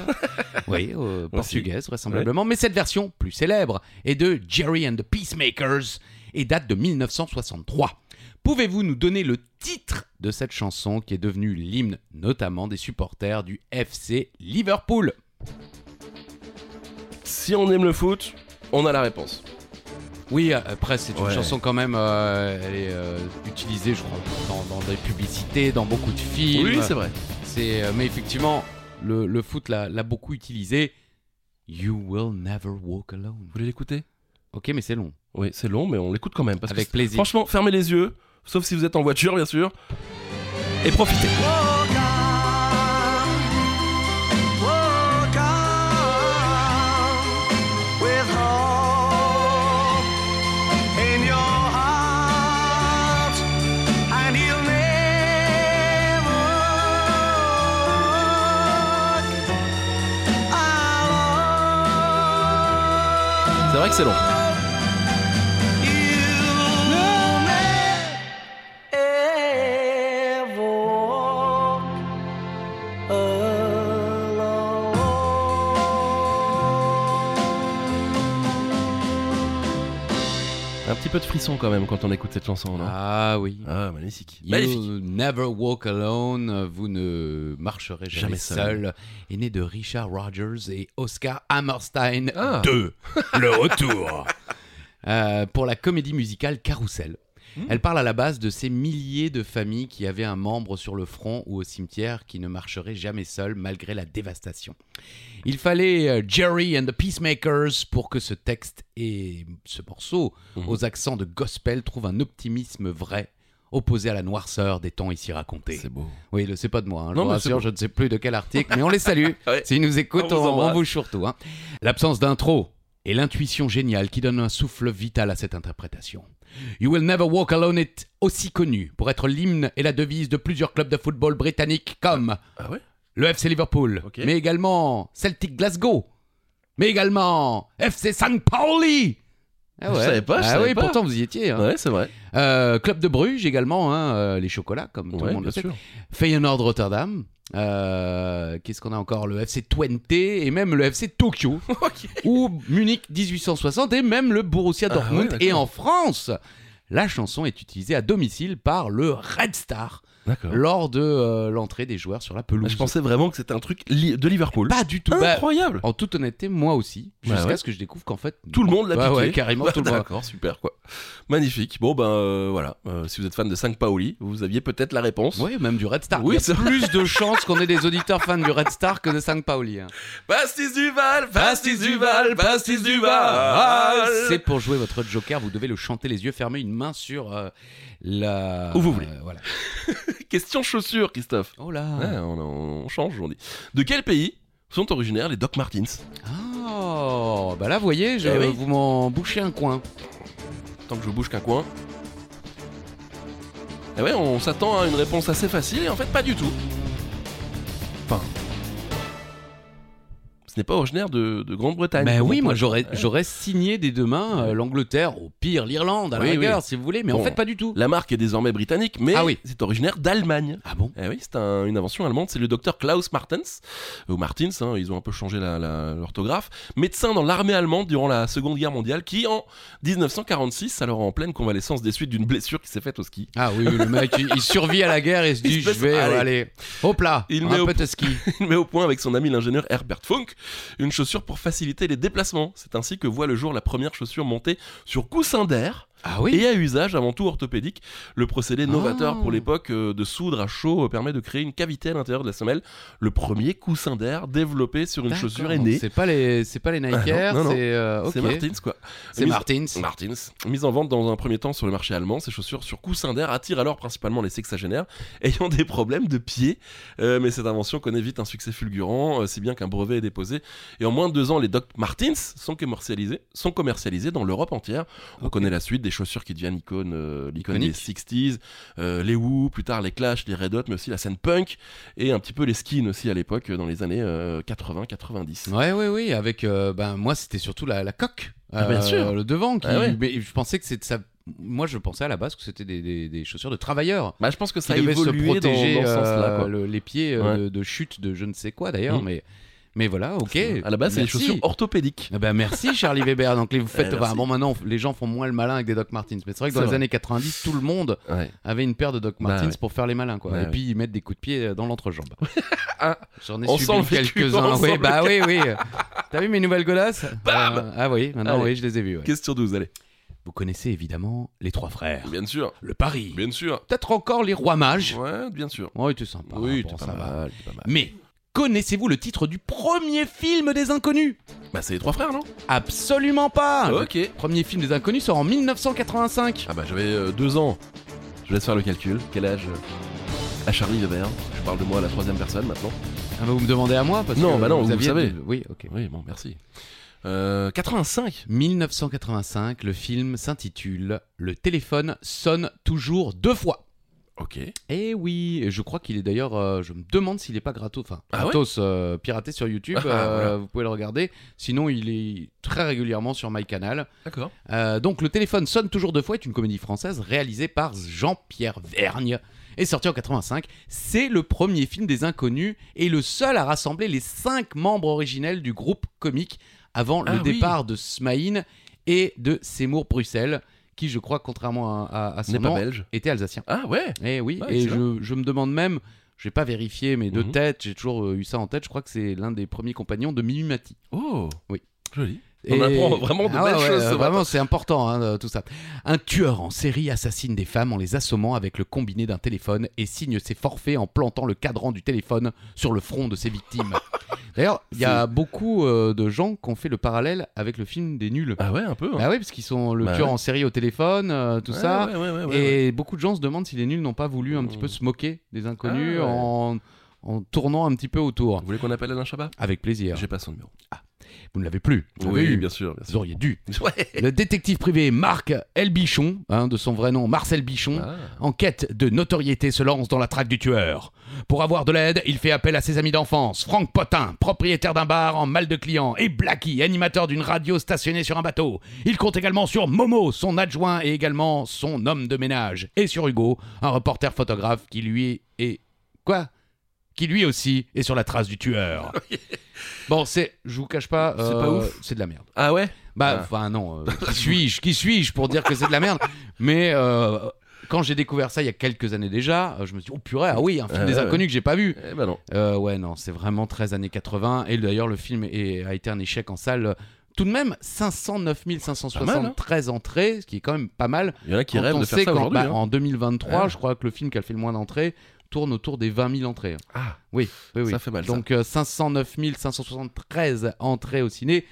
Speaker 2: oui, euh, portugaise vraisemblablement, mais cette version, plus célèbre, est de Jerry and the Peacemakers et date de 1963. Pouvez-vous nous donner le titre de cette chanson qui est devenue l'hymne notamment des supporters du FC Liverpool
Speaker 1: Si on aime le foot, on a la réponse.
Speaker 2: Oui, euh, après, c'est une
Speaker 1: Ouais.
Speaker 2: chanson quand même, euh, elle est euh, utilisée, je crois, dans, dans des publicités, dans beaucoup de films.
Speaker 1: oui, c'est vrai.
Speaker 2: C'est, euh, mais effectivement, le, le foot l'a l'a beaucoup utilisé. You will never walk alone.
Speaker 1: Vous voulez l'écouter
Speaker 2: Ok, mais c'est long.
Speaker 1: Oui, c'est long, mais on l'écoute quand même. Parce
Speaker 2: Avec
Speaker 1: que
Speaker 2: plaisir.
Speaker 1: Franchement, fermez les yeux, sauf si vous êtes en voiture, bien sûr, et profitez. C'est vrai que c'est long. Un petit peu de frisson quand même quand on écoute cette chanson, non
Speaker 2: Ah oui.
Speaker 1: Ah, magnifique.
Speaker 2: You
Speaker 1: Magnifique.
Speaker 2: never walk alone. Vous ne marcherez jamais,
Speaker 1: Jamais
Speaker 2: seul.
Speaker 1: seul.
Speaker 2: Est né de Richard Rogers et Oscar Hammerstein
Speaker 1: Ah.
Speaker 2: 2. Le retour. Euh, pour la comédie musicale Carousel.
Speaker 3: Mmh.
Speaker 2: Elle parle à la base de ces milliers de familles qui avaient un membre sur le front ou au cimetière qui ne marcherait jamais seul malgré la dévastation. Il fallait euh, Jerry and the Peacemakers pour que ce texte et ce morceau
Speaker 1: Mhm.
Speaker 2: aux accents de gospel trouvent un optimisme vrai opposé à la noirceur des temps ici racontés.
Speaker 1: C'est beau.
Speaker 2: Oui, le c'est pas de moi. hein, je
Speaker 1: Non,
Speaker 2: vous
Speaker 1: mais c'est
Speaker 2: rassure,
Speaker 1: bon.
Speaker 2: je ne sais plus de quel article, mais on les salue.
Speaker 1: [laughs] Ouais.
Speaker 2: S'ils nous écoutent,
Speaker 1: On vous
Speaker 2: on on vous,
Speaker 1: embrasse.
Speaker 2: surtout. hein. L'absence d'intro et l'intuition géniale qui donne un souffle vital à cette interprétation. You Will Never Walk Alone est aussi connu pour être l'hymne et la devise de plusieurs clubs de football britanniques comme
Speaker 1: Ah ouais
Speaker 2: le FC Liverpool,
Speaker 1: Ok.
Speaker 2: mais également Celtic Glasgow, mais également FC St. Pauli. Ah
Speaker 1: Je savais pas, je
Speaker 2: ah
Speaker 1: savais
Speaker 2: oui,
Speaker 1: pas.
Speaker 2: pourtant vous y étiez. hein.
Speaker 1: Ouais, c'est vrai.
Speaker 2: Euh, Club de Bruges également, hein, euh, les chocolats, comme tout
Speaker 1: Ouais,
Speaker 2: le monde
Speaker 1: bien
Speaker 2: le sait.
Speaker 1: sûr.
Speaker 2: Feyenoord Rotterdam. euh, Qu'est-ce qu'on a encore Le FC Twente et même le FC Tokyo
Speaker 1: [laughs] Ok.
Speaker 2: ou Munich 1860 et même le Borussia
Speaker 1: Ah
Speaker 2: Dortmund.
Speaker 1: ouais, d'accord.
Speaker 2: et en France, la chanson est utilisée à domicile par le Red Star
Speaker 1: D'accord. Bah,
Speaker 2: lors de euh, l'entrée des joueurs sur la pelouse.
Speaker 1: Je pensais vraiment que c'était un truc li- de Liverpool.
Speaker 2: pas du tout. Bah,
Speaker 1: Incroyable.
Speaker 2: en toute honnêteté, moi aussi,
Speaker 1: Bah
Speaker 2: jusqu'à
Speaker 1: ouais.
Speaker 2: ce que je découvre qu'en fait
Speaker 1: Tout le monde l'a
Speaker 2: Ouais,
Speaker 1: piqué.
Speaker 2: ouais, carrément
Speaker 1: Bah,
Speaker 2: tout le monde.
Speaker 1: D'accord, super quoi. Magnifique. Bon ben euh, voilà, Euh, si vous êtes fan de 5 Paoli, vous aviez peut-être la réponse.
Speaker 2: Oui, même du Red Star.
Speaker 1: Oui,
Speaker 2: Il y
Speaker 1: c'est
Speaker 2: a plus de chances qu'on ait des auditeurs fans du Red Star que de Saint Pauli. hein.
Speaker 1: Pastis Duval, Pastis Duval, Pastis Duval.
Speaker 2: Ah, C'est pour jouer votre Joker, vous devez le chanter les yeux fermés, une main sur euh, la.
Speaker 1: Où vous voulez.
Speaker 2: Euh, voilà.
Speaker 1: question chaussures, Christophe.
Speaker 2: Oh là.
Speaker 1: Ouais, on, on change, on dit. De quel pays sont originaires les Doc Martins
Speaker 2: Oh, bah là, vous voyez, je,
Speaker 1: Eh oui.
Speaker 2: vous m'en bouchez un coin.
Speaker 1: Tant que je bouge qu'un coin. Et ouais, on s'attend à une réponse assez facile et en fait pas du tout. Enfin. Ce n'est pas originaire de, de Grande-Bretagne.
Speaker 2: Mais
Speaker 1: Comment
Speaker 2: Ben oui,
Speaker 1: on
Speaker 2: moi
Speaker 1: pourrait-
Speaker 2: j'aurais
Speaker 1: Ouais.
Speaker 2: j'aurais signé des deux mains euh, l'Angleterre, au pire l'Irlande, à la
Speaker 1: Oui,
Speaker 2: rigueur, si vous voulez, mais en
Speaker 1: Bon.
Speaker 2: fait pas du tout.
Speaker 1: La marque est désormais britannique, mais
Speaker 2: Ah oui.
Speaker 1: c'est originaire d'Allemagne.
Speaker 2: Ah bon
Speaker 1: Eh oui, c'est un- une invention allemande, c'est le docteur Klaus Martens, ou Martins, hein, ils ont un peu changé la- la- l'orthographe, médecin dans l'armée allemande durant la Seconde Guerre mondiale, qui en 1946, alors en pleine convalescence des suites d'une blessure qui s'est faite au ski, [laughs]
Speaker 2: Ah oui, le mec, il, il survit à la guerre et se
Speaker 1: Il
Speaker 2: dit,
Speaker 1: se
Speaker 2: je vais,
Speaker 1: passe-
Speaker 2: euh,
Speaker 1: allez.
Speaker 2: aller, hop là,
Speaker 1: Il met
Speaker 2: un
Speaker 1: au-
Speaker 2: peu de ski.
Speaker 1: il met au point avec son ami l'ingénieur Herbert Funk une chaussure pour faciliter les déplacements. C'est ainsi que voit le jour la première chaussure montée sur coussin d'air,
Speaker 2: Ah oui
Speaker 1: et à usage avant tout orthopédique. Le procédé novateur
Speaker 2: Ah.
Speaker 1: pour l'époque euh, de soudre à chaud euh, permet de créer une cavité à l'intérieur de la semelle. Le premier coussin d'air développé sur une
Speaker 2: D'accord,
Speaker 1: chaussure est
Speaker 2: donc
Speaker 1: né.
Speaker 2: C'est pas les, c'est pas les Nike Air,
Speaker 1: non, non.
Speaker 2: c'est euh, ok.
Speaker 1: C'est Martins quoi.
Speaker 2: C'est
Speaker 1: Mise-
Speaker 2: Martins.
Speaker 1: Martins. Mise en vente dans un premier temps sur le marché allemand, ces chaussures sur coussin d'air attirent alors principalement les sexagénaires ayant des problèmes de pied. Euh, mais cette invention connaît vite un succès fulgurant, euh, si bien qu'un brevet est déposé. Et en moins de deux ans, les Doc Martins sont commercialisés, sont commercialisés dans l'Europe entière. On connaît la suite des chaussures qui deviennent icônes, euh, l'icône des 60s,
Speaker 2: Iconique.
Speaker 1: euh, les Who, plus tard les Clash, les Red Hot, mais aussi la scène punk et un petit peu les skins aussi à l'époque, euh, dans les années 80-90.
Speaker 2: Ouais, ouais, oui. Avec, euh, ben moi, c'était surtout la, la coque, euh,
Speaker 1: Ah, bien sûr.
Speaker 2: le devant. Qui,
Speaker 1: Ah ouais.
Speaker 2: mais je pensais que c'est ça. Moi, je pensais à la base que c'était des, des- des chaussures de travailleurs.
Speaker 1: Bah, je pense que
Speaker 2: Qui
Speaker 1: ça a
Speaker 2: devaient se
Speaker 1: évolué dans-
Speaker 2: protéger
Speaker 1: dans, ce sens-là.
Speaker 2: euh,
Speaker 1: quoi.
Speaker 2: le- les pieds euh,
Speaker 1: Ouais.
Speaker 2: de, de chute de je ne sais quoi d'ailleurs,
Speaker 1: Mhm.
Speaker 2: mais mais voilà, ok.
Speaker 1: À la base, c'est les
Speaker 2: Merci.
Speaker 1: chaussures orthopédiques.
Speaker 2: Ah ben, merci Charlie Weber. Donc les- vous faites.
Speaker 1: Eh,
Speaker 2: enfin,
Speaker 1: merci.
Speaker 2: bon maintenant f- les gens font moins le malin avec des Doc Martens. Mais c'est vrai
Speaker 1: C'est
Speaker 2: que dans les
Speaker 1: vrai.
Speaker 2: années 90, tout le monde
Speaker 1: Ouais.
Speaker 2: avait une paire de Doc
Speaker 1: Bah,
Speaker 2: Martens
Speaker 1: ouais.
Speaker 2: pour faire les malins quoi.
Speaker 1: Bah,
Speaker 2: Et
Speaker 1: ouais.
Speaker 2: puis ils mettent des coups de pied euh, dans [laughs] l'entrejambe.
Speaker 1: Ah,
Speaker 2: J'en ai
Speaker 1: on sent
Speaker 2: subi
Speaker 1: le vécu,
Speaker 2: quelques-uns.
Speaker 1: on sent
Speaker 2: Oui,
Speaker 1: le
Speaker 2: bah oui, oui. T'as vu mes nouvelles [laughs] godasses
Speaker 1: Bam
Speaker 2: Euh, Ah oui, maintenant
Speaker 1: Allez.
Speaker 2: oui, je les ai vues. ouais.
Speaker 1: Question 12, allez.
Speaker 2: Vous connaissez évidemment les trois frères,
Speaker 1: Bien sûr,
Speaker 2: le Paris,
Speaker 1: bien sûr.
Speaker 2: peut-être encore les rois mages.
Speaker 1: Ouais, bien sûr.
Speaker 2: Oui, tu sympa.
Speaker 1: oui,
Speaker 2: bon,
Speaker 1: t'es pas,
Speaker 2: ça va.
Speaker 1: mal, t'es pas mal.
Speaker 2: Mais connaissez-vous le titre du premier film des Inconnus
Speaker 1: Bah, c'est les trois frères, non
Speaker 2: Absolument pas. Le
Speaker 1: Ok.
Speaker 2: premier film des Inconnus sort en 1985.
Speaker 1: Ah, bah, j'avais euh, deux ans. Je laisse faire le calcul. Quel âge euh, À Charlie Weber. Je parle de moi à la troisième personne maintenant.
Speaker 2: Ah, bah, vous me demandez à moi parce
Speaker 1: Non,
Speaker 2: que
Speaker 1: bah non, vous
Speaker 2: aviez
Speaker 1: savez.
Speaker 2: de- Oui, ok.
Speaker 1: Oui, bon, merci. Euh, 85
Speaker 2: 1985, le film s'intitule Le téléphone sonne toujours deux fois.
Speaker 1: Ok.
Speaker 2: Eh oui, et je crois qu'il est d'ailleurs. euh, je me demande s'il n'est pas gratos. Enfin,
Speaker 1: Ah ouais
Speaker 2: gratos euh, piraté sur YouTube.
Speaker 1: Ah,
Speaker 2: euh,
Speaker 1: voilà.
Speaker 2: Vous pouvez le regarder. Sinon, il est très régulièrement sur MyCanal.
Speaker 1: D'accord.
Speaker 2: Euh, donc, Le téléphone sonne toujours deux fois est une comédie française réalisée par Jean-Pierre Vergne et sortie en 85. C'est le premier film des Inconnus et le seul à rassembler les cinq membres originels du groupe comique avant
Speaker 1: Ah
Speaker 2: le
Speaker 1: oui.
Speaker 2: départ de Smaïn et de Seymour Bruxelles, qui, je crois, contrairement à, à, à son
Speaker 1: N'est pas
Speaker 2: nom,
Speaker 1: belge.
Speaker 2: était alsacien.
Speaker 1: Ah, ouais.
Speaker 2: Eh oui,
Speaker 1: Ouais,
Speaker 2: et
Speaker 1: excellent.
Speaker 2: je, je me demande même, je vais pas vérifié, mais de
Speaker 1: Mhm.
Speaker 2: tête, j'ai toujours euh, eu ça en tête, je crois que c'est l'un des premiers compagnons de Mimimati.
Speaker 1: Oh.
Speaker 2: Oui.
Speaker 1: Joli. On apprend vraiment de
Speaker 2: Ah ouais,
Speaker 1: belles
Speaker 2: ouais,
Speaker 1: choses. ce
Speaker 2: euh,
Speaker 1: matin.
Speaker 2: Vraiment, c'est important hein, euh, tout ça. Un tueur en série assassine des femmes en les assommant avec le combiné d'un téléphone et signe ses forfaits en plantant le cadran du téléphone sur le front de ses
Speaker 1: [laughs]
Speaker 2: victimes. D'ailleurs, il y a beaucoup euh, de gens qui ont fait le parallèle avec le film des nuls.
Speaker 1: Ah ouais, un peu. hein.
Speaker 2: Ah ouais, parce qu'ils sont le
Speaker 1: Bah
Speaker 2: tueur
Speaker 1: ouais.
Speaker 2: en série au téléphone, euh, tout
Speaker 1: Ouais,
Speaker 2: ça.
Speaker 1: ouais, ouais, ouais, ouais, ouais.
Speaker 2: Et beaucoup de gens se demandent si les nuls n'ont pas voulu un petit peu
Speaker 1: Mm.
Speaker 2: se moquer des inconnus
Speaker 1: Ah ouais.
Speaker 2: en, en tournant un petit peu autour.
Speaker 1: Vous voulez qu'on appelle Alain Chabat
Speaker 2: Avec plaisir.
Speaker 1: J'ai pas son numéro.
Speaker 2: Vous ne l'avez plus. Vous l'avez
Speaker 1: Oui,
Speaker 2: eu.
Speaker 1: bien sûr. Bien
Speaker 2: Ah Vous
Speaker 1: sûr.
Speaker 2: auriez dû.
Speaker 1: [laughs] Ouais.
Speaker 2: Le détective privé Marc Elbichon, hein, de son vrai nom Marcel Bichon,
Speaker 1: Ah.
Speaker 2: en quête de notoriété se lance dans la traque du tueur. Pour avoir de l'aide, il fait appel à ses amis d'enfance, Franck Potin, propriétaire d'un bar en mal de clients, et Blacky, animateur d'une radio stationnée sur un bateau. Il compte également sur Momo, son adjoint et également son homme de ménage, et sur Hugo, un reporter photographe qui lui est... Quoi qui lui aussi est sur la trace
Speaker 1: [laughs]
Speaker 2: du tueur. Bon, c'est, je vous cache pas,
Speaker 1: C'est
Speaker 2: euh,
Speaker 1: pas ouf.
Speaker 2: c'est de la merde.
Speaker 1: Ah ouais
Speaker 2: Bah,
Speaker 1: Ah.
Speaker 2: enfin
Speaker 1: [laughs]
Speaker 2: non, euh, qui suis-je Qui suis-je pour dire que c'est de la merde Mais euh, quand j'ai découvert ça il y a quelques années déjà, euh, je me suis dit, oh purée, ah oui, un film
Speaker 1: Ouais,
Speaker 2: des
Speaker 1: ouais.
Speaker 2: inconnus que j'ai pas vu.
Speaker 1: Eh ben non.
Speaker 2: Euh, ouais, non, c'est vraiment 13 années 80. Et d'ailleurs, le film est- a été un échec en salle. euh, Tout de même, 509 573 entrées, ce qui est quand même pas mal.
Speaker 1: Il y en a qui
Speaker 2: Quand
Speaker 1: rêvent
Speaker 2: on
Speaker 1: de faire
Speaker 2: sait
Speaker 1: ça
Speaker 2: qu'en-
Speaker 1: aujourd'hui.
Speaker 2: bah,
Speaker 1: hein.
Speaker 2: En 2023,
Speaker 1: Ouais.
Speaker 2: je crois que le film qui a fait le moins d'entrées tourne autour des 20 000 entrées.
Speaker 1: Ah,
Speaker 2: Oui, oui, oui.
Speaker 1: ça fait mal. ça.
Speaker 2: Donc euh, 509 573 entrées au ciné.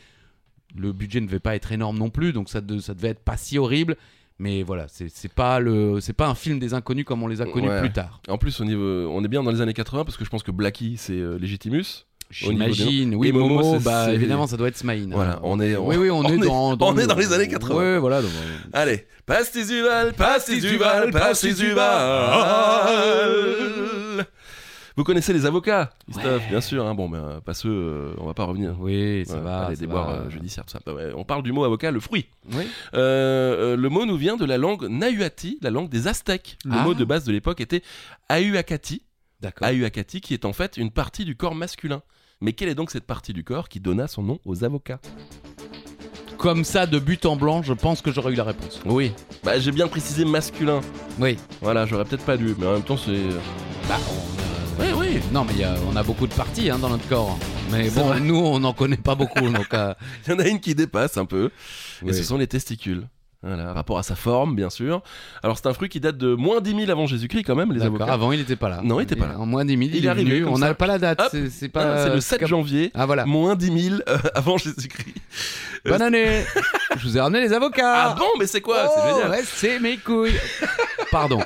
Speaker 2: Le budget ne devait pas être énorme non plus, donc ça, de- ça devait être pas si horrible. Mais voilà, c'est c'est pas le, c'est pas un film des inconnus comme on les a connus
Speaker 1: Ouais.
Speaker 2: plus tard.
Speaker 1: En plus, au niveau, on est bien dans les années 80 parce que je pense que Blackie, c'est euh, Legitimus. Au niveau des-
Speaker 2: J'imagine. Oui,
Speaker 1: Et Momo,
Speaker 2: Momo,
Speaker 1: c'est-
Speaker 2: bah
Speaker 1: c'est-
Speaker 2: évidemment, ça doit être Smaïn.
Speaker 1: Voilà, on est. [laughs] on-
Speaker 2: oui, oui, on, est, dans, dans
Speaker 1: on
Speaker 2: le-
Speaker 1: est dans les années 80.
Speaker 2: Ouais, voilà. donc,
Speaker 1: Allez, passe tes Duval, passe tes Duval, passe tes Duval. Vous connaissez les avocats, Christophe, bien sûr. hein. Bon, ben, euh, pas ceux, euh, on va pas revenir.
Speaker 2: oui, ça
Speaker 1: Ouais,
Speaker 2: va.
Speaker 1: pas les
Speaker 2: ça
Speaker 1: déboires
Speaker 2: va.
Speaker 1: euh, judiciaires, tout ça. Bah ouais, on parle du mot avocat, le fruit.
Speaker 2: Oui.
Speaker 1: Euh, euh, le mot nous vient de la langue nahuati, la langue des Aztèques. Le
Speaker 2: Ah.
Speaker 1: mot de base de l'époque était ahuacati, Ah.
Speaker 2: D'accord.
Speaker 1: ahuacati qui est en fait une partie du corps masculin. Mais quelle est donc cette partie du corps qui donna son nom aux avocats
Speaker 2: Comme ça, de but en blanc, je pense que j'aurais eu la réponse.
Speaker 1: Oui. Bah j'ai bien précisé masculin.
Speaker 2: Oui.
Speaker 1: Voilà, j'aurais peut-être pas dû, mais en même temps c'est. euh,
Speaker 2: Bah, on,
Speaker 1: Oui,
Speaker 2: euh,
Speaker 1: oui.
Speaker 2: Non, mais il y a- on a beaucoup de parties hein, dans notre corps. Mais
Speaker 1: C'est
Speaker 2: bon,
Speaker 1: vrai.
Speaker 2: nous, on n'en connaît
Speaker 1: [laughs]
Speaker 2: pas beaucoup. donc, euh,
Speaker 1: Il [laughs] y en a une qui dépasse un peu, et
Speaker 2: oui.
Speaker 1: ce sont les testicules. Voilà, rapport à sa forme, bien sûr. Alors, c'est un fruit qui date de moins 10 000 avant Jésus-Christ, quand même, les
Speaker 2: D'accord,
Speaker 1: avocats.
Speaker 2: Avant, il n'était pas là.
Speaker 1: Non, il était pas là.
Speaker 2: En moins des 1000,
Speaker 1: Il
Speaker 2: il,
Speaker 1: est
Speaker 2: est
Speaker 1: arrivé
Speaker 2: arrivé.
Speaker 1: comme
Speaker 2: On
Speaker 1: ça.
Speaker 2: n'a pas la date.
Speaker 1: Hop.
Speaker 2: C'est c'est pas.
Speaker 1: Ah, c'est le 7
Speaker 2: comme-
Speaker 1: janvier,
Speaker 2: Ah voilà.
Speaker 1: moins 10 000 euh, [laughs] avant Jésus-Christ.
Speaker 2: Bonne année. Je vous ai ramené les avocats.
Speaker 1: Ah bon, mais c'est quoi C'est
Speaker 2: Oh,
Speaker 1: génial.
Speaker 2: ouais, c'est mes
Speaker 1: [laughs]
Speaker 2: couilles. Pardon.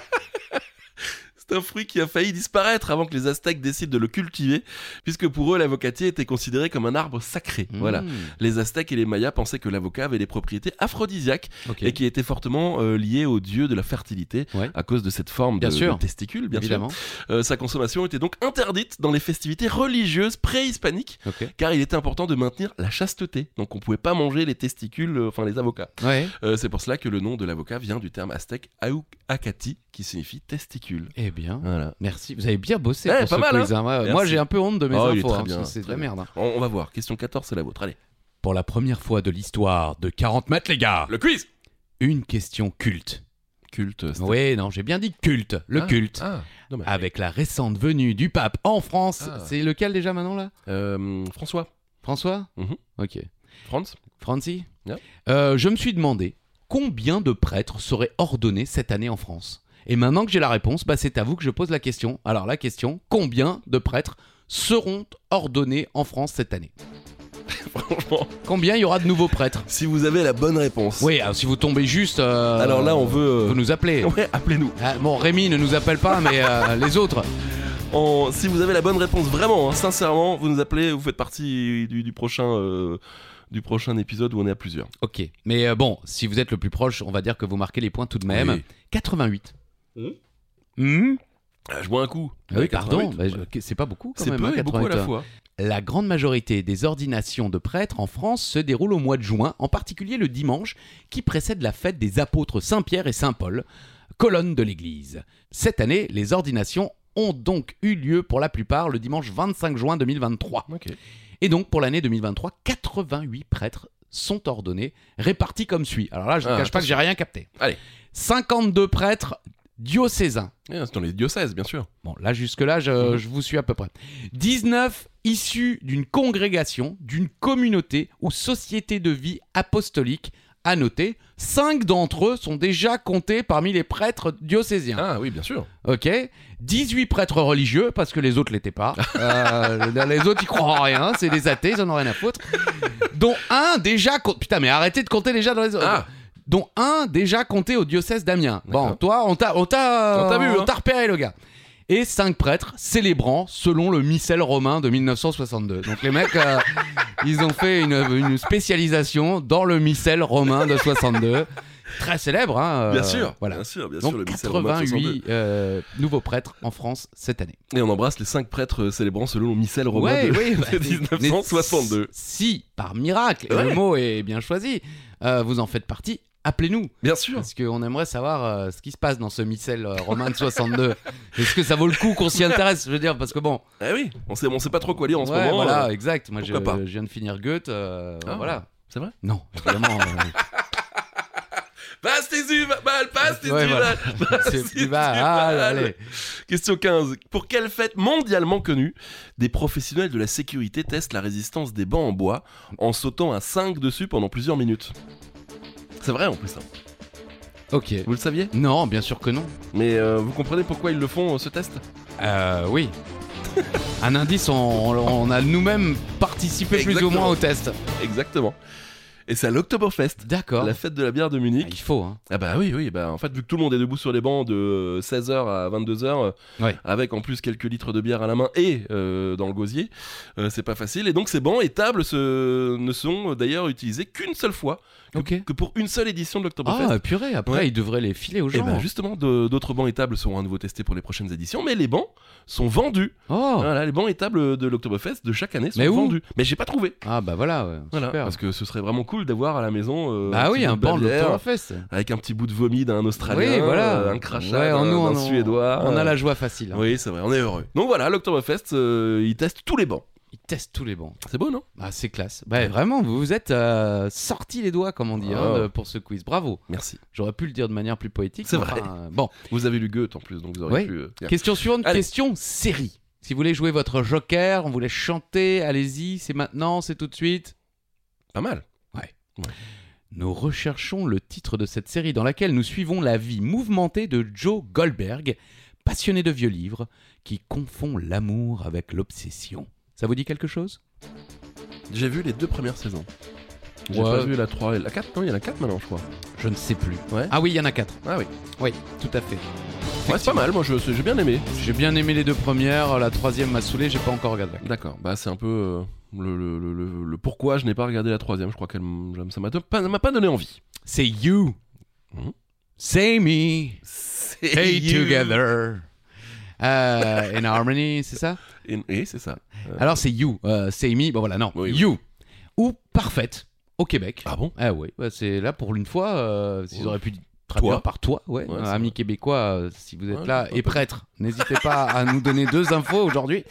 Speaker 1: C'est un fruit qui a failli disparaître avant que les Aztèques décident de le cultiver, puisque pour eux, l'avocatier était considéré comme un arbre sacré. Voilà.
Speaker 2: Mm.
Speaker 1: Les Aztèques et les Mayas pensaient que l'avocat avait des propriétés aphrodisiaques
Speaker 2: Ok.
Speaker 1: et qui étaient fortement euh, liées au dieu de la fertilité
Speaker 2: Ouais.
Speaker 1: à cause de cette forme
Speaker 2: Bien
Speaker 1: de,
Speaker 2: sûr.
Speaker 1: de testicule, bien sûr.
Speaker 2: Évidemment.
Speaker 1: Euh, sa consommation était donc interdite dans les festivités religieuses préhispaniques,
Speaker 2: Ok.
Speaker 1: car il était important de maintenir la chasteté. Donc on pouvait pas manger les testicules, euh, enfin les avocats.
Speaker 2: Ouais.
Speaker 1: Euh, c'est pour cela que le nom de l'avocat vient du terme aztèque Aucacati, qui signifie testicule.
Speaker 2: Eh bien.
Speaker 1: Voilà.
Speaker 2: Merci. Vous avez bien bossé
Speaker 1: Ah. Eh,
Speaker 2: pour
Speaker 1: pas
Speaker 2: ce
Speaker 1: mal,
Speaker 2: quiz, hein. Ouais,
Speaker 1: Merci.
Speaker 2: Moi, j'ai un peu honte de mes
Speaker 1: Oh, il est
Speaker 2: infos.
Speaker 1: très
Speaker 2: hein,
Speaker 1: bien,
Speaker 2: parce que c'est de
Speaker 1: très
Speaker 2: la
Speaker 1: bien.
Speaker 2: merde. hein.
Speaker 1: On, on va voir. Question 14, c'est la vôtre. Allez.
Speaker 2: Pour la première fois de l'histoire de 40 mètres, les gars.
Speaker 1: Le quiz
Speaker 2: Une question culte.
Speaker 1: Culte. euh, c'était-
Speaker 2: Oui, non, j'ai bien dit culte. Le
Speaker 1: Ah,
Speaker 2: culte.
Speaker 1: Ah, dommage.
Speaker 2: Avec la récente venue du pape en France.
Speaker 1: Ah.
Speaker 2: C'est lequel déjà maintenant là
Speaker 1: Euh, François
Speaker 2: François
Speaker 1: Mhm.
Speaker 2: Ok.
Speaker 1: France
Speaker 2: Francie
Speaker 1: Yeah.
Speaker 2: Euh, Je me suis demandé combien de prêtres seraient ordonnés cette année en France Et maintenant que j'ai la réponse, bah, c'est à vous que je pose la question. Alors la question, combien de prêtres seront ordonnés en France cette année
Speaker 1: [laughs] Franchement,
Speaker 2: Combien il y aura de nouveaux prêtres
Speaker 1: si vous avez la bonne réponse.
Speaker 2: Oui, alors si vous tombez juste... euh,
Speaker 1: Alors là, on veut. euh,
Speaker 2: Vous nous appelez.
Speaker 1: Ouais, appelez-nous.
Speaker 2: Ah, bon, Rémi ne nous appelle pas, mais euh, les autres.
Speaker 1: En- si vous avez la bonne réponse, vraiment, hein, sincèrement, vous nous appelez, vous faites partie du, du prochain, euh, du prochain épisode où on est à plusieurs.
Speaker 2: Ok. Mais euh, bon, si vous êtes le plus proche, on va dire que vous marquez les points tout de même.
Speaker 1: Oui.
Speaker 2: 88.
Speaker 1: Mhm.
Speaker 2: Mhm.
Speaker 1: Ah, je bois un coup.
Speaker 2: Ah oui,
Speaker 1: Ouais,
Speaker 2: pardon,
Speaker 1: 88,
Speaker 2: bah, je-
Speaker 1: ouais.
Speaker 2: c'est pas beaucoup quand
Speaker 1: C'est
Speaker 2: même.
Speaker 1: peu
Speaker 2: hein,
Speaker 1: et beaucoup à
Speaker 2: 88.
Speaker 1: la fois.
Speaker 2: La grande majorité des ordinations de prêtres en France se déroule au mois de juin, en particulier le dimanche, qui précède la fête des apôtres Saint-Pierre et Saint-Paul, colonne de l'Église. Cette année, les ordinations ont donc eu lieu pour la plupart le dimanche 25 juin 2023.
Speaker 1: Ok. Eh,
Speaker 2: Et donc pour l'année 2023, 88 prêtres sont ordonnés, répartis comme suit. Alors là, je ne
Speaker 1: Ah,
Speaker 2: cache pas que j'ai rien capté.
Speaker 1: Allez.
Speaker 2: 52 prêtres diocésains.
Speaker 1: Eh, C'est dans les diocèses, bien sûr.
Speaker 2: Bon, là, jusque-là, je, je vous suis à peu près. 19 issus d'une congrégation, d'une communauté ou société de vie apostolique. À noter, 5 d'entre eux sont déjà comptés parmi les prêtres diocésains.
Speaker 1: Ah oui, bien sûr.
Speaker 2: Ok 18 prêtres religieux, parce que les autres
Speaker 1: [laughs]
Speaker 2: l'étaient pas. Euh, les autres, ils croient en rien, c'est des athées, ils en ont rien à foutre. Dont un déjà. co- Putain, mais arrêtez de compter déjà dans les autres
Speaker 1: Ah,
Speaker 2: dont un déjà compté au diocèse d'Amiens. Bon,
Speaker 1: D'accord.
Speaker 2: toi, on t'a, on t'a,
Speaker 1: On t'a vu,
Speaker 2: on
Speaker 1: hein.
Speaker 2: t'a repéré, le gars. Et cinq prêtres célébrant selon le missel romain de 1962. Donc les mecs, euh, ils ont fait une, une spécialisation dans le missel romain de 62. Très célèbre, hein. euh,
Speaker 1: bien sûr.
Speaker 2: Voilà.
Speaker 1: Bien sûr, bien
Speaker 2: Donc
Speaker 1: sûr. le missel romain 62.
Speaker 2: 88 euh, nouveaux prêtres en France cette année.
Speaker 1: Et on embrasse les cinq prêtres euh, célébrant selon le missel romain
Speaker 2: Ouais,
Speaker 1: de,
Speaker 2: oui,
Speaker 1: de
Speaker 2: bah,
Speaker 1: 1962.
Speaker 2: mais Si, par miracle, et le
Speaker 1: Ouais.
Speaker 2: mot est bien choisi, euh, vous en faites partie, appelez-nous.
Speaker 1: [laughs] Bien sûr.
Speaker 2: Parce qu'on aimerait savoir euh, ce qui se passe dans ce missel euh, romain
Speaker 1: [laughs]
Speaker 2: de 62. Est-ce que ça vaut le coup qu'on s'y intéresse Je veux dire, parce que bon.
Speaker 1: Eh oui, on sait, on sait pas trop quoi lire en ce
Speaker 2: ouais,
Speaker 1: moment.
Speaker 2: voilà,
Speaker 1: euh,
Speaker 2: exact. Moi, je,
Speaker 1: pourquoi pas
Speaker 2: je viens de finir Goethe. euh,
Speaker 1: Ah.
Speaker 2: Voilà.
Speaker 1: C'est vrai
Speaker 2: Non, évidemment.
Speaker 1: [laughs]
Speaker 2: euh,
Speaker 1: Passe tes yeux, balle, passe tes
Speaker 2: Ouais,
Speaker 1: yeux,
Speaker 2: voilà.
Speaker 1: balle,
Speaker 2: c'est
Speaker 1: passe
Speaker 2: plus
Speaker 1: tes
Speaker 2: bas.
Speaker 1: yeux,
Speaker 2: Ah,
Speaker 1: balle.
Speaker 2: allez.
Speaker 1: Question 15. Pour quelle fête mondialement connue des professionnels de la sécurité testent la résistance des bancs en bois en sautant à 5 dessus pendant plusieurs minutes C'est vrai en plus. hein.
Speaker 2: Ok.
Speaker 1: Vous le saviez
Speaker 2: Non, bien sûr que non.
Speaker 1: Mais euh, vous comprenez pourquoi ils le font euh, ce test
Speaker 2: Euh, oui. Un indice, on, on- on a nous-mêmes participé plus ou
Speaker 1: Exactement.
Speaker 2: moins au test.
Speaker 1: Exactement. Et c'est à l'Oktoberfest,
Speaker 2: D'accord.
Speaker 1: la fête de la bière de Munich.
Speaker 2: Ah, il faut, hein.
Speaker 1: Ah bah oui, oui, bah en fait, vu que tout le monde est debout sur les bancs de 16h à 22h, euh,
Speaker 2: Ouais.
Speaker 1: avec en plus quelques litres de bière à la main et euh, dans le gosier, euh, c'est pas facile. Et donc ces bancs et tables se- ne sont euh, d'ailleurs utilisés qu'une seule fois, que,
Speaker 2: Ok.
Speaker 1: que pour une seule édition de l'Octoberfest.
Speaker 2: Ah, purée, après,
Speaker 1: Ouais.
Speaker 2: il devrait les filer aux
Speaker 1: et
Speaker 2: gens.
Speaker 1: bah justement, de- d'autres bancs et tables seront à nouveau testés pour les prochaines éditions, mais les bancs sont vendus.
Speaker 2: Oh
Speaker 1: Voilà, les bancs et tables de l'Octoberfest de chaque année sont
Speaker 2: Mais où
Speaker 1: vendus. Mais j'ai pas trouvé.
Speaker 2: Ah, bah voilà. ouais,
Speaker 1: Voilà,
Speaker 2: super.
Speaker 1: parce que ce serait vraiment cool d'avoir à la maison. euh,
Speaker 2: Bah
Speaker 1: petit
Speaker 2: oui,
Speaker 1: bout
Speaker 2: un
Speaker 1: de
Speaker 2: banc de
Speaker 1: Bavière,
Speaker 2: l'Octoberfest.
Speaker 1: avec un petit bout de vomi d'un Australien,
Speaker 2: Oui, voilà.
Speaker 1: euh, un crachat
Speaker 2: Ouais,
Speaker 1: d'un
Speaker 2: nous,
Speaker 1: d'un
Speaker 2: on-
Speaker 1: Suédois.
Speaker 2: On a
Speaker 1: euh,
Speaker 2: la joie facile. hein.
Speaker 1: Oui, c'est vrai, on est heureux. Donc voilà, l'Octoberfest, euh, il teste tous les bancs.
Speaker 2: Ils testent tous les bancs.
Speaker 1: C'est beau, non
Speaker 2: Ah, c'est classe. Bah, vraiment, vous vous êtes euh, sortis les doigts, comme on dit, hein,
Speaker 1: Oh.
Speaker 2: de- pour ce quiz. Bravo.
Speaker 1: Merci.
Speaker 2: J'aurais pu le dire de manière plus poétique.
Speaker 1: C'est
Speaker 2: mais
Speaker 1: vrai.
Speaker 2: enfin, euh, bon,
Speaker 1: Vous avez lu Goethe en plus, donc vous auriez
Speaker 2: Oui.
Speaker 1: pu. euh, dire.
Speaker 2: question suivante,
Speaker 1: Allez.
Speaker 2: question série. Si vous voulez jouer votre joker, on voulait chanter, allez-y, c'est maintenant, c'est tout de suite.
Speaker 1: Pas mal.
Speaker 2: Nous recherchons le titre de cette série dans laquelle nous suivons la vie mouvementée de Joe Goldberg, passionné de vieux livres, qui confond l'amour avec l'obsession. Ça vous dit quelque chose
Speaker 1: J'ai vu les deux premières saisons. J'ai
Speaker 2: Ouais.
Speaker 1: pas vu la 3 et la 4. Non, il y en a 4 maintenant, je crois.
Speaker 2: Je ne sais plus.
Speaker 1: Ouais.
Speaker 2: Ah oui, il y en a quatre.
Speaker 1: Ah oui.
Speaker 2: Oui, tout à fait.
Speaker 1: Ouais, c'est pas mal, moi je- j'ai bien aimé.
Speaker 2: J'ai bien aimé les deux premières, la troisième m'a saoulé, j'ai pas encore regardé.
Speaker 1: D'accord, bah c'est un peu euh, le, le- le- le- le pourquoi je n'ai pas regardé la troisième. Je crois qu'elle m- ça m'a don- pas- m'a pas donné envie.
Speaker 2: C'est You, Mmh.
Speaker 1: Mhm.
Speaker 2: Say Me, Stay
Speaker 1: You.
Speaker 2: Together, Euh, In Harmony, c'est ça
Speaker 1: Et, et c'est ça.
Speaker 2: Alors c'est You, euh, Say Me, bon voilà, non,
Speaker 1: Oui, oui.
Speaker 2: You, ou Parfaite, au Québec.
Speaker 1: Ah bon
Speaker 2: Ah oui, bah, c'est là pour une fois, euh, s'ils
Speaker 1: Ouais.
Speaker 2: auraient pu traduire
Speaker 1: Toi.
Speaker 2: par toi, ouais,
Speaker 1: Ouais,
Speaker 2: euh,
Speaker 1: c'est
Speaker 2: amis
Speaker 1: vrai.
Speaker 2: québécois, euh, si vous êtes
Speaker 1: Ouais,
Speaker 2: là,
Speaker 1: je-
Speaker 2: et prêtre, n'hésitez pas à nous donner
Speaker 1: [laughs]
Speaker 2: deux infos aujourd'hui,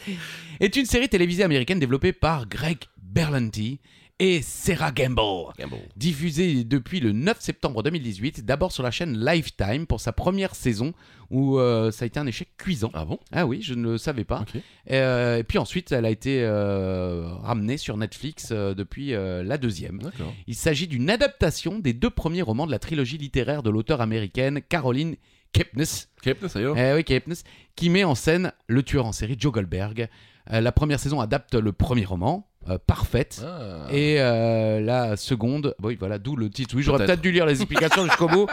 Speaker 2: est une série télévisée américaine développée par Greg Berlanti et Sarah Gamble.
Speaker 1: Ah
Speaker 2: Diffusée depuis le 9 septembre 2018, d'abord sur la chaîne Lifetime pour sa première saison où euh, ça a été un échec cuisant.
Speaker 1: Ah bon
Speaker 2: Ah oui, je ne le savais pas.
Speaker 1: Ok.
Speaker 2: Et, euh, et puis ensuite, elle a été euh, ramenée sur Netflix euh, depuis euh, la deuxième.
Speaker 1: D'accord.
Speaker 2: Il s'agit d'une adaptation des deux premiers romans de la trilogie littéraire de l'auteur américaine Caroline Kepnes,
Speaker 1: Captain, ça y est.
Speaker 2: Eh oui, Kepnes, qui met en scène le tueur en série Joe Goldberg. Euh, la première saison adapte le premier roman, euh, Parfaite,
Speaker 1: Ah.
Speaker 2: et euh, la seconde, bon, oui, voilà, d'où le titre. Oui, j'aurais
Speaker 1: Peut-être.
Speaker 2: peut-être dû lire les explications
Speaker 1: [laughs]
Speaker 2: jusqu'au bout.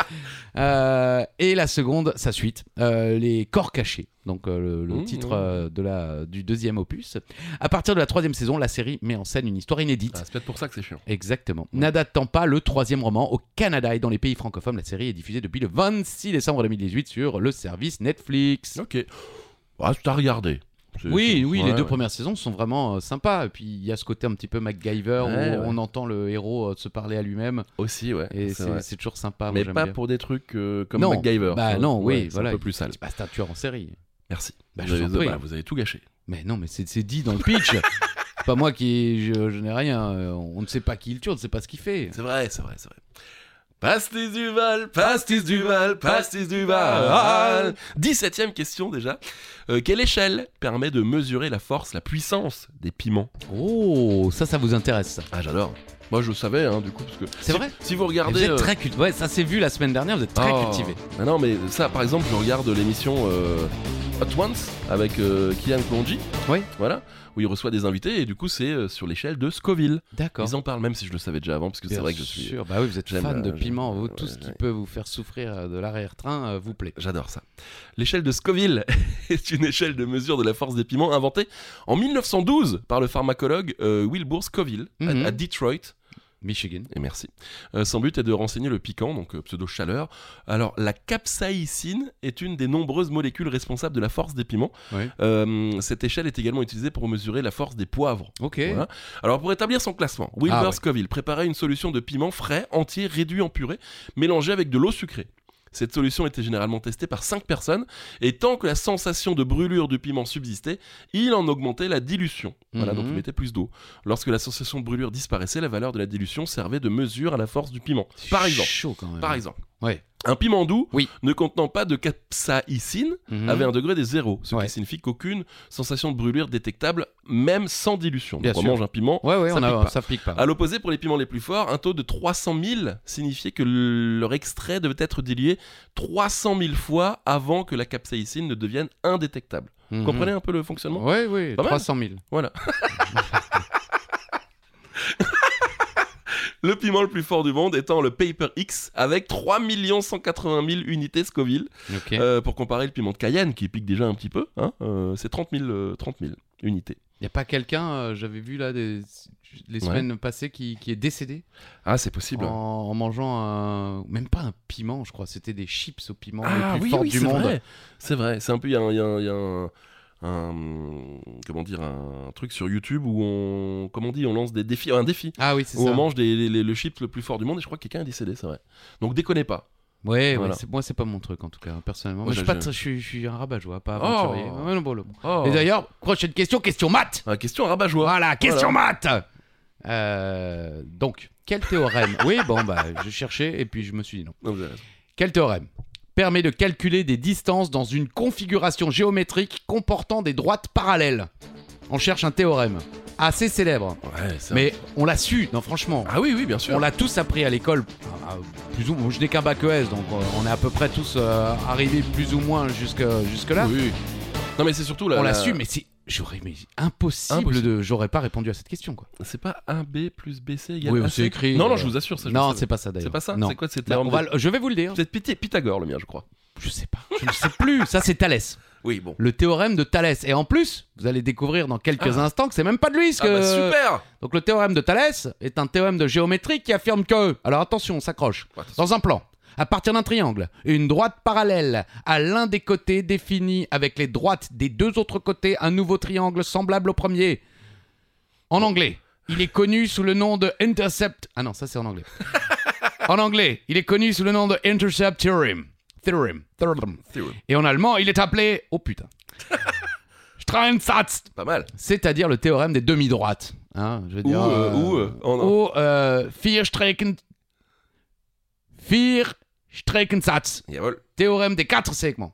Speaker 2: Euh, et la seconde, sa suite, euh, Les Corps Cachés, donc euh, le, le
Speaker 1: Mmh,
Speaker 2: titre
Speaker 1: mmh.
Speaker 2: euh, de la, du deuxième opus. À partir de la troisième saison, la série met en scène une histoire inédite.
Speaker 1: Ah, Mmh. c'est peut-être pour ça que c'est chiant.
Speaker 2: Exactement.
Speaker 1: Ouais.
Speaker 2: N'adaptant pas le troisième roman au Canada et dans les pays francophones, la série est diffusée depuis le 26 décembre 2018 sur le service Netflix.
Speaker 1: Ok. Ah, tu t'as regardé. C'est-
Speaker 2: Oui,
Speaker 1: c'est-
Speaker 2: oui,
Speaker 1: ouais,
Speaker 2: les deux
Speaker 1: ouais.
Speaker 2: premières saisons sont vraiment euh, sympas. Et puis il y a ce côté un petit peu MacGyver où
Speaker 1: Ouais, ouais.
Speaker 2: on entend le héros euh, se parler à lui-même
Speaker 1: Aussi, ouais.
Speaker 2: et
Speaker 1: c'est
Speaker 2: c'est
Speaker 1: vrai.
Speaker 2: c'est toujours sympa. moi,
Speaker 1: mais
Speaker 2: j'aime
Speaker 1: pas
Speaker 2: bien.
Speaker 1: pour des trucs euh, comme
Speaker 2: Non,
Speaker 1: MacGyver.
Speaker 2: bah
Speaker 1: tu vois.
Speaker 2: non, oui,
Speaker 1: Ouais, c'est
Speaker 2: voilà.
Speaker 1: Un peu plus sale.
Speaker 2: Bah, c'est un tueur en série.
Speaker 1: Merci.
Speaker 2: Bah,
Speaker 1: vous,
Speaker 2: je vous
Speaker 1: avez,
Speaker 2: en prie.
Speaker 1: bah, vous avez tout gâché.
Speaker 2: Mais non, mais c'est c'est dit dans
Speaker 1: [laughs]
Speaker 2: le pitch. C'est pas moi qui. Je, je n'ai rien. Euh, On ne sait pas qui il tue, on ne sait pas ce qu'il fait.
Speaker 1: C'est vrai, c'est vrai, c'est vrai. Pastis du Val, pastis du Val, pastis du Val. 17ème question déjà. Euh, quelle échelle permet de mesurer la force, la puissance des piments
Speaker 2: Oh, ça, ça vous intéresse.
Speaker 1: Ah, j'adore. Moi, je le savais, hein, du coup, parce que.
Speaker 2: C'est
Speaker 1: si-
Speaker 2: vrai
Speaker 1: Si vous
Speaker 2: Et
Speaker 1: regardez.
Speaker 2: Vous êtes
Speaker 1: euh,
Speaker 2: très cultivé. Ouais, ça s'est vu la semaine dernière, vous êtes très
Speaker 1: oh.
Speaker 2: cultivé.
Speaker 1: Ah non, mais ça, par exemple, je regarde l'émission euh, Hot Ones avec euh, Kylian Conji.
Speaker 2: Oui.
Speaker 1: Voilà. Où il reçoit des invités, et du coup, c'est euh, sur l'échelle de Scoville.
Speaker 2: D'accord.
Speaker 1: Ils en parlent, même si je le savais déjà avant, parce que c'est
Speaker 2: Bien
Speaker 1: vrai que je suis.
Speaker 2: sûr. Bah oui, vous êtes
Speaker 1: j'aime,
Speaker 2: fan de
Speaker 1: euh,
Speaker 2: piment. vous, tout
Speaker 1: ouais,
Speaker 2: ce qui
Speaker 1: ouais.
Speaker 2: peut vous faire souffrir euh, de l'arrière-train euh, vous plaît.
Speaker 1: J'adore ça. L'échelle de Scoville [laughs] est une échelle de mesure de la force des piments inventée en 1912 par le pharmacologue euh, Wilbur Scoville à-
Speaker 2: Mhm.
Speaker 1: à, Detroit.
Speaker 2: Michigan.
Speaker 1: Et merci. Euh, son but est de renseigner le piquant, donc euh, pseudo-chaleur. Alors, la capsaïcine est une des nombreuses molécules responsables de la force des piments.
Speaker 2: Ouais.
Speaker 1: Euh, cette échelle est également utilisée pour mesurer la force des poivres.
Speaker 2: Ok.
Speaker 1: Voilà. Alors pour établir son classement, Wilbur
Speaker 2: Ah ouais.
Speaker 1: Scoville préparait une solution de piment frais, entier, réduit en purée, mélangé avec de l'eau sucrée. Cette solution était généralement testée par 5 personnes, et tant que la sensation de brûlure du piment subsistait, il en augmentait la dilution. Voilà,
Speaker 2: Mhm.
Speaker 1: donc il mettait plus d'eau. Lorsque la sensation de brûlure disparaissait, la valeur de la dilution servait de mesure à la force du piment. Par exemple,
Speaker 2: Chaud quand même.
Speaker 1: par exemple
Speaker 2: Ouais.
Speaker 1: un piment doux
Speaker 2: Oui.
Speaker 1: ne contenant pas de capsaïcine
Speaker 2: Mhm.
Speaker 1: avait un degré de zéro, ce
Speaker 2: Ouais.
Speaker 1: qui signifie qu'aucune sensation de brûlure détectable, même sans dilution.
Speaker 2: Bien
Speaker 1: Donc on
Speaker 2: sûr.
Speaker 1: mange un piment.
Speaker 2: Ouais, ouais,
Speaker 1: ça
Speaker 2: on a-
Speaker 1: pique pas.
Speaker 2: ça pique pas.
Speaker 1: À l'opposé, pour les piments les plus forts, un taux de 300 000 signifiait que le- leur extrait devait être dilué 300 000 fois avant que la capsaïcine ne devienne indétectable.
Speaker 2: Mhm.
Speaker 1: Vous comprenez un peu le fonctionnement
Speaker 2: Ouais, ouais,
Speaker 1: Pas mal.
Speaker 2: 300 000.
Speaker 1: Le piment le plus fort du monde étant le Paper X avec 3 180 000 unités Scoville.
Speaker 2: Ok.
Speaker 1: Euh, pour comparer le piment de Cayenne qui pique déjà un petit peu, hein, euh, c'est 30 000, euh, 30 000 unités.
Speaker 2: Y a pas quelqu'un, euh, j'avais vu là des- les
Speaker 1: Ouais.
Speaker 2: semaines passées, qui, qui est décédé
Speaker 1: Ah, c'est
Speaker 2: en,
Speaker 1: possible.
Speaker 2: en mangeant un- même pas un piment, je crois, c'était des chips au piment les hein, plus
Speaker 1: Ah oui,
Speaker 2: fortes
Speaker 1: oui,
Speaker 2: du
Speaker 1: c'est
Speaker 2: monde.
Speaker 1: vrai. C'est vrai. C'est un peu. Il y a, un- il y a un- il y a un- un- Comment dire Un truc sur YouTube où on. Comment on dit On lance des défis. Un défi.
Speaker 2: Ah oui, c'est
Speaker 1: Où
Speaker 2: ça.
Speaker 1: on mange des- les- les- le chip le plus fort du monde et je crois que quelqu'un est décédé, c'est vrai. Donc déconnez pas.
Speaker 2: Ouais,
Speaker 1: Voilà.
Speaker 2: ouais, c'est- moi c'est pas mon truc en tout cas, personnellement.
Speaker 1: Moi,
Speaker 2: Mais je, suis pas
Speaker 1: j'ai-
Speaker 2: très- je suis- je suis un rabat-joie, pas aventurier.
Speaker 1: Oh.
Speaker 2: Ouais, non, bon, bon. Et d'ailleurs, prochaine question, question maths
Speaker 1: Ah, question rabat joie.
Speaker 2: Voilà, question maths Euh, Donc, quel théorème Oui, bon, bah, je cherchais et puis je me suis dit non. Quel théorème permet de calculer des distances dans une configuration géométrique comportant des droites parallèles On cherche un théorème assez célèbre,
Speaker 1: Ouais, c'est un-
Speaker 2: mais on l'a su, non franchement.
Speaker 1: Ah oui, oui, bien sûr.
Speaker 2: On l'a tous appris à l'école, euh, plus ou moins, je n'ai qu'un bac ES, donc euh, on est à peu près tous euh, arrivés plus ou moins jusque, jusque-là.
Speaker 1: Oui, oui. Non, mais c'est surtout la.
Speaker 2: on l'a
Speaker 1: la-
Speaker 2: su, mais c'est, j'aurais, mais impossible,
Speaker 1: Impossible.
Speaker 2: de, j'aurais pas répondu à cette question quoi.
Speaker 1: C'est pas 1B plus BC égale
Speaker 2: Oui,
Speaker 1: AC?
Speaker 2: c'est écrit,
Speaker 1: Non, non,
Speaker 2: euh,
Speaker 1: je vous assure, ça. je
Speaker 2: non,
Speaker 1: le savais.
Speaker 2: c'est pas ça d'ailleurs.
Speaker 1: C'est pas ça
Speaker 2: Non.
Speaker 1: C'est quoi C'est
Speaker 2: Bah,
Speaker 1: théorème
Speaker 2: on va
Speaker 1: de-
Speaker 2: le- je vais vous le dire.
Speaker 1: Peut-être Pythé- Pythagore, le mien, je crois. Ah, bah,
Speaker 2: Je sais pas, je ne sais plus. Ça c'est Thalès.
Speaker 1: Oui, bon.
Speaker 2: le théorème de Thalès. Et en plus, vous allez découvrir dans quelques
Speaker 1: Ah.
Speaker 2: instants que c'est même pas de lui. ce
Speaker 1: Ah, bah,
Speaker 2: que-
Speaker 1: super
Speaker 2: Donc le théorème de Thalès est un théorème de géométrie qui affirme que, alors attention, on s'accroche,
Speaker 1: Attends,
Speaker 2: dans un plan, à partir d'un triangle, une droite parallèle à l'un des côtés définit avec les droites des deux autres côtés un nouveau triangle semblable au premier. En anglais, il est connu sous le nom de intercept. Ah non, ça c'est en
Speaker 1: [laughs]
Speaker 2: anglais. en anglais, il est connu sous le nom de intercept theorem. Theorem. Theorem.
Speaker 1: théorème.
Speaker 2: Et en allemand, il est appelé. Oh putain. Strahlensatz,
Speaker 1: Pas mal.
Speaker 2: c'est-à-dire le théorème des demi-droites. Hein, je veux
Speaker 1: Ou,
Speaker 2: dire,
Speaker 1: euh, ou, euh, en-
Speaker 2: ou, euh, Vierstrecken. Vierstreckensatz,
Speaker 1: Jawohl.
Speaker 2: théorème des quatre segments.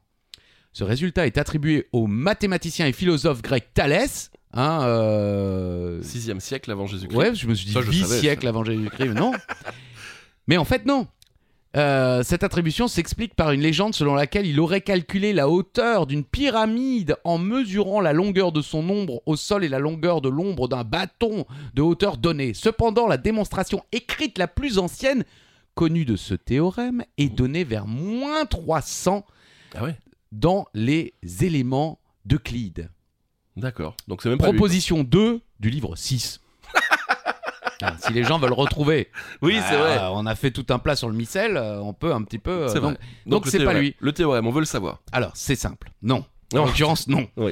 Speaker 2: Ce résultat est attribué au mathématicien et philosophe grec Thalès. Hein, euh,
Speaker 1: 6e siècle avant Jésus-Christ.
Speaker 2: Ouais, je me suis dit
Speaker 1: Ça, je
Speaker 2: 8
Speaker 1: savais,
Speaker 2: siècles avant Jésus-Christ, mais non. [laughs] mais en fait, non. Euh, cette attribution s'explique par une légende selon laquelle il aurait calculé la hauteur d'une pyramide en mesurant la longueur de son ombre au sol et la longueur de l'ombre d'un bâton de hauteur donnée. Cependant, la démonstration écrite la plus ancienne connue de ce théorème est donnée vers moins 300
Speaker 1: Ah ouais
Speaker 2: dans les éléments d'Euclide.
Speaker 1: D'accord. Donc c'est même pas lui.
Speaker 2: Proposition 2 du livre 6. [laughs] Ah, si les gens veulent retrouver.
Speaker 1: Oui, c'est
Speaker 2: Ah,
Speaker 1: vrai.
Speaker 2: On a fait tout un plat sur le micelle, euh, on peut un petit peu. euh,
Speaker 1: C'est
Speaker 2: donc-
Speaker 1: vrai.
Speaker 2: donc
Speaker 1: le
Speaker 2: c'est pas
Speaker 1: théorème.
Speaker 2: lui.
Speaker 1: Le théorème, on veut le savoir.
Speaker 2: alors, c'est simple. Non. En
Speaker 1: Non.
Speaker 2: l'occurrence, non.
Speaker 1: Oui.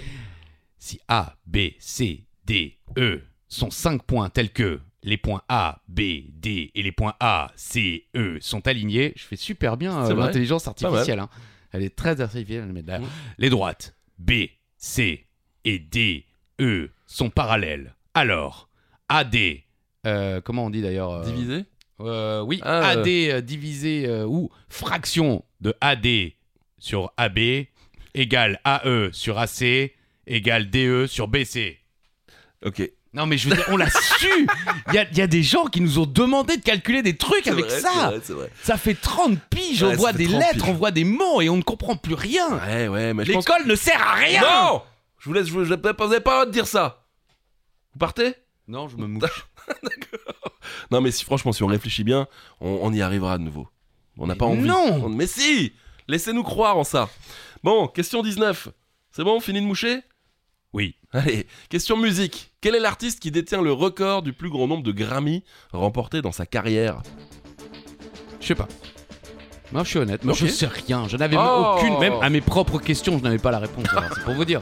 Speaker 2: Si A, B, C, D, E sont 5 points tels que les points A, B, D et les points A, C, E sont alignés, je fais super bien euh,
Speaker 1: C'est vrai.
Speaker 2: l'intelligence
Speaker 1: mal.
Speaker 2: artificielle. hein. Elle est très artificielle. mais là-
Speaker 1: Mm.
Speaker 2: Les droites B, C et D, E sont parallèles. Alors, AD, euh, comment on dit d'ailleurs euh,
Speaker 1: Divisé
Speaker 2: Euh, oui,
Speaker 1: Ah,
Speaker 2: AD euh, divisé euh, ou fraction de AD sur AB égale AE sur AC égale DE sur BC.
Speaker 1: Ok.
Speaker 2: Non mais je veux dire, on l'a [laughs] su Il y a, il y a des gens qui nous ont demandé de calculer des trucs avec ça
Speaker 1: C'est vrai,
Speaker 2: Ça fait 30 piges,
Speaker 1: Ouais,
Speaker 2: on
Speaker 1: ça
Speaker 2: voit
Speaker 1: fait
Speaker 2: des
Speaker 1: 30
Speaker 2: lettres,
Speaker 1: piges.
Speaker 2: on voit des mots et on ne comprend plus rien
Speaker 1: Ouais, ouais, mais je pense.
Speaker 2: L'école ne sert à rien
Speaker 1: Non Je vous laisse, je vous, je- vous n'avez pas le droit de dire ça Vous partez
Speaker 2: Non, je me mouche.
Speaker 1: Non, mais si franchement, si on réfléchit bien, on, on y arrivera de nouveau. On n'a
Speaker 2: Mais
Speaker 1: pas envie.
Speaker 2: non
Speaker 1: On- Mais si Laissez-nous croire en ça Bon, question 19. C'est bon, fini de moucher
Speaker 2: Oui.
Speaker 1: Allez, question musique. Quel est l'artiste qui détient le record du plus grand nombre de Grammy remportés dans sa carrière
Speaker 2: Je sais pas. Moi, je suis honnête. Moi,
Speaker 1: Ok.
Speaker 2: je sais rien. Je n'avais
Speaker 1: Oh.
Speaker 2: aucune, même à mes propres questions, je n'avais pas la réponse. alors, C'est pour vous dire.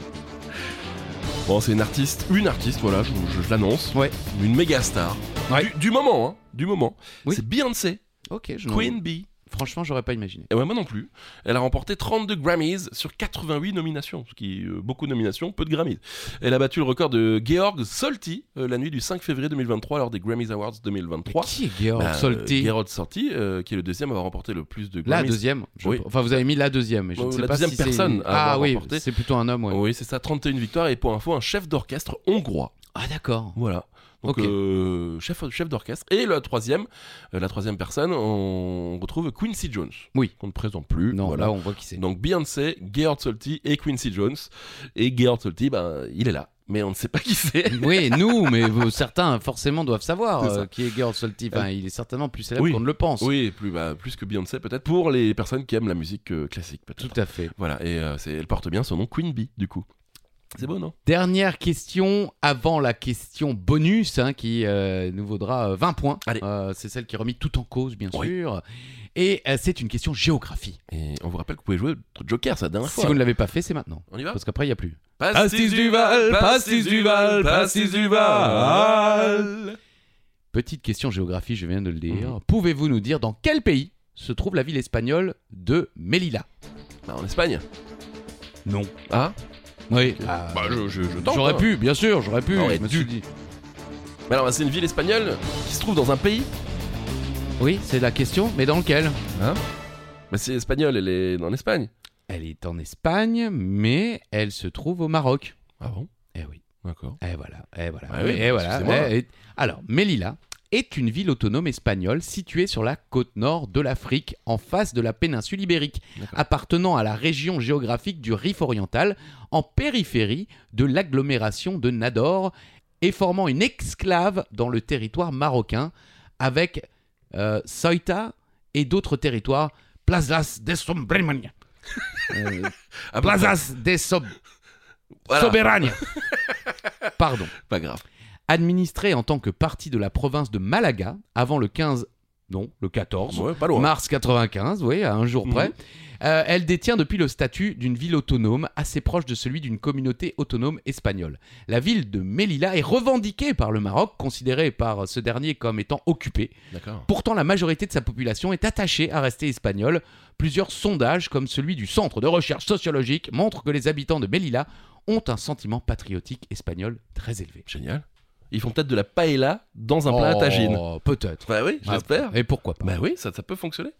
Speaker 1: Bon, c'est une artiste, une artiste, voilà, je, je- je l'annonce.
Speaker 2: Ouais.
Speaker 1: Une méga star.
Speaker 2: Ouais.
Speaker 1: Du, du moment, hein, du moment.
Speaker 2: Oui.
Speaker 1: C'est Beyoncé,
Speaker 2: Ok, je n'en-
Speaker 1: Queen Bee.
Speaker 2: Franchement, j'aurais pas imaginé.
Speaker 1: Et ouais, moi non plus. Elle a remporté 32 Grammys sur 88 nominations, ce qui est euh, beaucoup de nominations, peu de Grammys. Elle a battu le record de Georg Solti euh, la nuit du 5 février 2023 lors des Grammys Awards 2023.
Speaker 2: Qui est Georg
Speaker 1: Bah, euh,
Speaker 2: Solti
Speaker 1: Georg Solti, euh, qui est le deuxième à avoir remporté le plus de
Speaker 2: La
Speaker 1: Grammys.
Speaker 2: deuxième. je-
Speaker 1: Oui.
Speaker 2: Enfin, vous avez mis la deuxième. mais Je ne
Speaker 1: Euh,
Speaker 2: sais
Speaker 1: la
Speaker 2: pas
Speaker 1: deuxième
Speaker 2: si c'est-
Speaker 1: personne à
Speaker 2: Ah
Speaker 1: avoir
Speaker 2: oui,
Speaker 1: remporté.
Speaker 2: c'est plutôt un homme. ouais.
Speaker 1: Oui, c'est ça, 31 victoires et pour info, un chef d'orchestre hongrois.
Speaker 2: Ah d'accord.
Speaker 1: Voilà. Donc
Speaker 2: Ok.
Speaker 1: euh, chef, chef d'orchestre. Et la troisième, euh, la troisième personne, on retrouve Quincy Jones.
Speaker 2: Oui.
Speaker 1: Qu'on ne présente plus.
Speaker 2: Non,
Speaker 1: voilà.
Speaker 2: là, on voit qui c'est.
Speaker 1: Donc Beyoncé, Georg Solti et Quincy Jones. Et Georg Solti, ben, il est là, mais on ne sait pas qui c'est.
Speaker 2: Oui, nous, mais vous- certains forcément doivent savoir
Speaker 1: C'est ça. Euh,
Speaker 2: euh, qui est Georg Solti. Enfin, il est certainement plus célèbre
Speaker 1: oui.
Speaker 2: qu'on ne le
Speaker 1: [laughs]
Speaker 2: pense.
Speaker 1: Oui, plus, bah, plus que Beyoncé peut-être, pour les personnes qui aiment la musique euh, classique
Speaker 2: Tout
Speaker 1: peut-être.
Speaker 2: à fait.
Speaker 1: Voilà, et euh, c'est- elle porte bien son nom, Queen Bee, du coup. C'est beau, non
Speaker 2: Dernière question avant la question bonus hein, qui euh, nous vaudra euh, 20 points.
Speaker 1: Allez.
Speaker 2: Euh, c'est celle qui est remise tout en cause, bien
Speaker 1: Oui.
Speaker 2: sûr. Et euh, c'est une question géographie.
Speaker 1: Et on vous rappelle que vous pouvez jouer au Joker, ça, la dernière
Speaker 2: Si
Speaker 1: fois.
Speaker 2: vous ne l'avez pas fait, c'est maintenant.
Speaker 1: On y va
Speaker 2: Parce qu'après, il n'y a plus.
Speaker 1: Pastis Duval, Pastis Duval, Pastis Duval
Speaker 2: Petite question géographie, je viens de le dire.
Speaker 1: Mhm.
Speaker 2: Pouvez-vous nous dire dans quel pays se trouve la ville espagnole de Melilla
Speaker 1: Bah, En Espagne
Speaker 2: Non.
Speaker 1: Ah
Speaker 2: Oui.
Speaker 1: Bah, je, je, je tente,
Speaker 2: J'aurais
Speaker 1: hein.
Speaker 2: pu, bien sûr, j'aurais pu.
Speaker 1: J'aurais
Speaker 2: je me
Speaker 1: dû.
Speaker 2: suis dit.
Speaker 1: Mais alors, bah, c'est une ville espagnole qui se trouve dans un pays
Speaker 2: Oui, c'est la question, mais dans lequel
Speaker 1: Mais c'est espagnol, elle est en Espagne.
Speaker 2: Elle est en Espagne, mais elle se trouve au Maroc.
Speaker 1: Ah bon
Speaker 2: Eh oui.
Speaker 1: D'accord.
Speaker 2: Et voilà, et voilà,
Speaker 1: Ah oui,
Speaker 2: et voilà. Eh,
Speaker 1: excusez-moi.
Speaker 2: et- Alors, Melilla est une ville autonome espagnole située sur la côte nord de l'Afrique, en face de la péninsule ibérique,
Speaker 1: D'accord.
Speaker 2: appartenant à la région géographique du Rif oriental, en périphérie de l'agglomération de Nador, et formant une exclave dans le territoire marocain, avec euh, Ceuta et d'autres territoires, Plazas de Sombremonia, Euh,
Speaker 1: Ah, bah,
Speaker 2: Plazas de Sob-
Speaker 1: Voilà. [laughs]
Speaker 2: Soberania. Pardon
Speaker 1: Pas grave.
Speaker 2: administrée en tant que partie de la province de Malaga avant le 15 non, le 14
Speaker 1: Ouais, pas loin.
Speaker 2: mars 95, oui, à un jour près.
Speaker 1: Mhm.
Speaker 2: Euh, elle détient depuis le statut d'une ville autonome assez proche de celui d'une communauté autonome espagnole. La ville de Melilla est revendiquée par le Maroc, considérée par ce dernier comme étant occupée.
Speaker 1: D'accord.
Speaker 2: Pourtant, la majorité de sa population est attachée à rester espagnole. Plusieurs sondages, comme celui du Centre de recherche sociologique, montrent que les habitants de Melilla ont un sentiment patriotique espagnol très élevé.
Speaker 1: Génial. Ils font peut-être de la paella dans un plat à
Speaker 2: Oh,
Speaker 1: tagine.
Speaker 2: Peut-être.
Speaker 1: Bah oui,
Speaker 2: Ah,
Speaker 1: j'espère.
Speaker 2: Et pourquoi pas
Speaker 1: Bah oui, ça, ça peut fonctionner.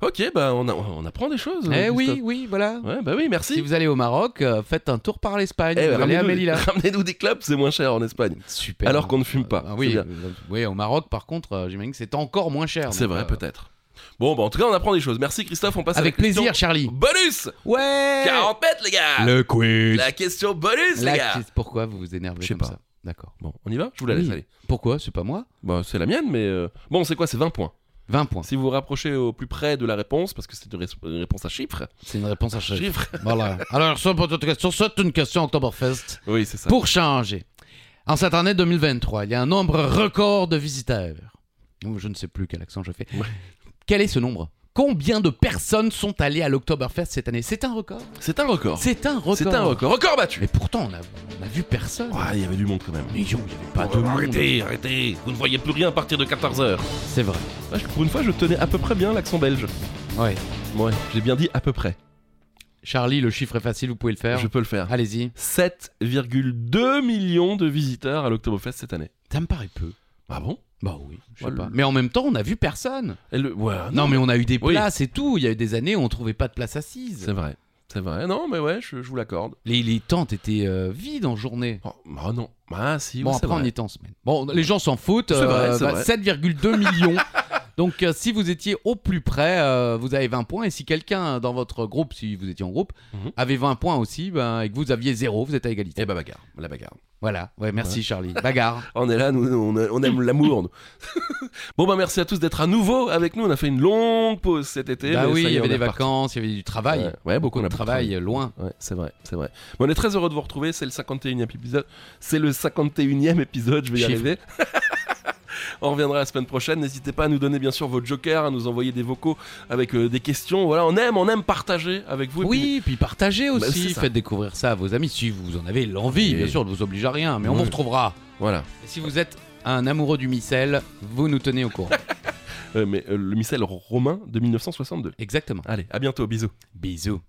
Speaker 1: Ok, bah on, a- on apprend des choses. Christophe.
Speaker 2: Eh oui, oui, voilà.
Speaker 1: Ouais, bah oui, merci.
Speaker 2: Si vous allez au Maroc, euh, faites un tour par l'Espagne.
Speaker 1: Eh, bah,
Speaker 2: vous allez à
Speaker 1: ramenez-nous- [laughs]
Speaker 2: Melilla.
Speaker 1: Ramenez-nous des clubs, c'est moins cher en Espagne.
Speaker 2: Super.
Speaker 1: Alors qu'on ne fume pas.
Speaker 2: Ah
Speaker 1: C'est
Speaker 2: oui,
Speaker 1: bien.
Speaker 2: euh, oui, au Maroc, par contre, euh, j'imagine que c'est encore moins cher.
Speaker 1: C'est
Speaker 2: donc,
Speaker 1: vrai,
Speaker 2: euh,
Speaker 1: peut-être. Bon, bah en tout cas, on apprend des choses. Merci Christophe, on passe
Speaker 2: Avec
Speaker 1: à la question
Speaker 2: plaisir, Charlie.
Speaker 1: Bonus
Speaker 2: Ouais
Speaker 1: 40 mètres, les gars
Speaker 2: Le quiz.
Speaker 1: La question bonus,
Speaker 2: La
Speaker 1: les gars
Speaker 2: quiz- Pourquoi vous vous énervez
Speaker 1: Je sais
Speaker 2: comme
Speaker 1: pas.
Speaker 2: ça D'accord.
Speaker 1: Bon, on y va Je vous la laisse,
Speaker 2: Oui.
Speaker 1: allez.
Speaker 2: Pourquoi C'est pas moi
Speaker 1: Bah, c'est la mienne, mais. euh, Bon, c'est quoi C'est 20 points.
Speaker 2: 20 points.
Speaker 1: Si vous vous rapprochez au plus près de la réponse, parce que c'est une ré- une réponse à chiffre.
Speaker 2: C'est une réponse à
Speaker 1: [laughs]
Speaker 2: chaque.
Speaker 1: Chiffre
Speaker 2: Voilà. Alors, soit pour toute question, soit une question Oktoberfest.
Speaker 1: Oui, c'est ça.
Speaker 2: Pour changer, en cette année 2023, il y a un nombre record de visiteurs. Oh, Je ne sais plus quel accent je fais.
Speaker 1: Ouais.
Speaker 2: Quel est ce nombre Combien de personnes sont allées à l'Oktoberfest cette année C'est un record.
Speaker 1: C'est un record.
Speaker 2: C'est un record.
Speaker 1: Oh. C'est un record. Record battu
Speaker 2: Mais pourtant, on a, on a vu personne.
Speaker 1: Ouais, il y avait du monde quand même.
Speaker 2: Mais yo, il n'y avait pas de monde.
Speaker 1: Arrêtez, arrêtez Vous ne voyez plus rien à partir de 14h.
Speaker 2: C'est vrai.
Speaker 1: Pour une fois, je tenais à peu près bien l'accent belge.
Speaker 2: Ouais.
Speaker 1: Ouais, j'ai bien dit à peu près.
Speaker 2: Charlie, le chiffre est facile, vous pouvez le faire.
Speaker 1: Je peux le faire.
Speaker 2: Allez-y.
Speaker 1: 7,2 millions de visiteurs à l'Octoberfest cette année.
Speaker 2: Ça me paraît peu.
Speaker 1: Ah bon
Speaker 2: Bah oui, je sais
Speaker 1: Ouais,
Speaker 2: pas.
Speaker 1: le-
Speaker 2: Mais en même temps, on a vu personne.
Speaker 1: Et le- ouais,
Speaker 2: Non, mais on a eu des
Speaker 1: Ah Oui.
Speaker 2: places et tout. Il y a eu des années où on trouvait pas de place assise.
Speaker 1: C'est vrai. C'est vrai. Non, mais ouais, je, je vous l'accorde.
Speaker 2: Les, les tentes étaient euh, vides en journée.
Speaker 1: Oh, oh non. Ah si,
Speaker 2: Bon,
Speaker 1: ouais, c'est
Speaker 2: après, on
Speaker 1: vrai.
Speaker 2: y est en semaine. Bon, les gens s'en foutent.
Speaker 1: C'est vrai, c'est
Speaker 2: bah,
Speaker 1: vrai. [laughs]
Speaker 2: 7,2 millions. Donc, euh, si vous étiez au plus près, euh, vous avez 20 points. Et si quelqu'un dans votre groupe, si vous étiez en groupe,
Speaker 1: Mhm.
Speaker 2: avait 20 points aussi, ben, et que vous aviez 0, vous êtes à égalité.
Speaker 1: Eh bah bagarre, la bagarre.
Speaker 2: Voilà. Ouais, merci Charlie. Bagarre.
Speaker 1: On est là, nous, nous, on, a- on aime l'amour. nous.
Speaker 2: [laughs]
Speaker 1: bon bah merci à tous d'être à nouveau avec nous. On a fait une longue pause cet été.
Speaker 2: bah
Speaker 1: Eh, mais
Speaker 2: oui,
Speaker 1: ça
Speaker 2: il y avait
Speaker 1: on est
Speaker 2: des
Speaker 1: reparti.
Speaker 2: vacances, il y avait du travail.
Speaker 1: Ouais, ouais, beaucoup, on
Speaker 2: beaucoup
Speaker 1: a
Speaker 2: de
Speaker 1: beaucoup
Speaker 2: travail
Speaker 1: travaillé.
Speaker 2: loin.
Speaker 1: Ouais, c'est vrai, c'est vrai. Bon, on est très heureux de vous retrouver. C'est le 51e épisode. C'est le 51e épisode, je vais y
Speaker 2: Chiffre.
Speaker 1: arriver. [laughs] On reviendra la semaine prochaine. N'hésitez pas à nous donner bien sûr vos jokers, à nous envoyer des vocaux avec euh, des questions. Voilà, on aime, on aime partager avec vous. Et puis,
Speaker 2: Oui, puis partagez
Speaker 1: Bah, c'est
Speaker 2: aussi,
Speaker 1: ça.
Speaker 2: faites découvrir ça à vos amis si vous en avez l'envie.
Speaker 1: Oui.
Speaker 2: Bien sûr, on ne vous oblige à rien, mais on
Speaker 1: Oui.
Speaker 2: vous retrouvera.
Speaker 1: voilà.
Speaker 2: Et si vous êtes un amoureux du micelle, vous nous
Speaker 1: [laughs]
Speaker 2: tenez au courant.
Speaker 1: Euh, mais euh, le missel romain de 1962.
Speaker 2: Exactement.
Speaker 1: Allez, à bientôt, bisous.
Speaker 2: Bisous.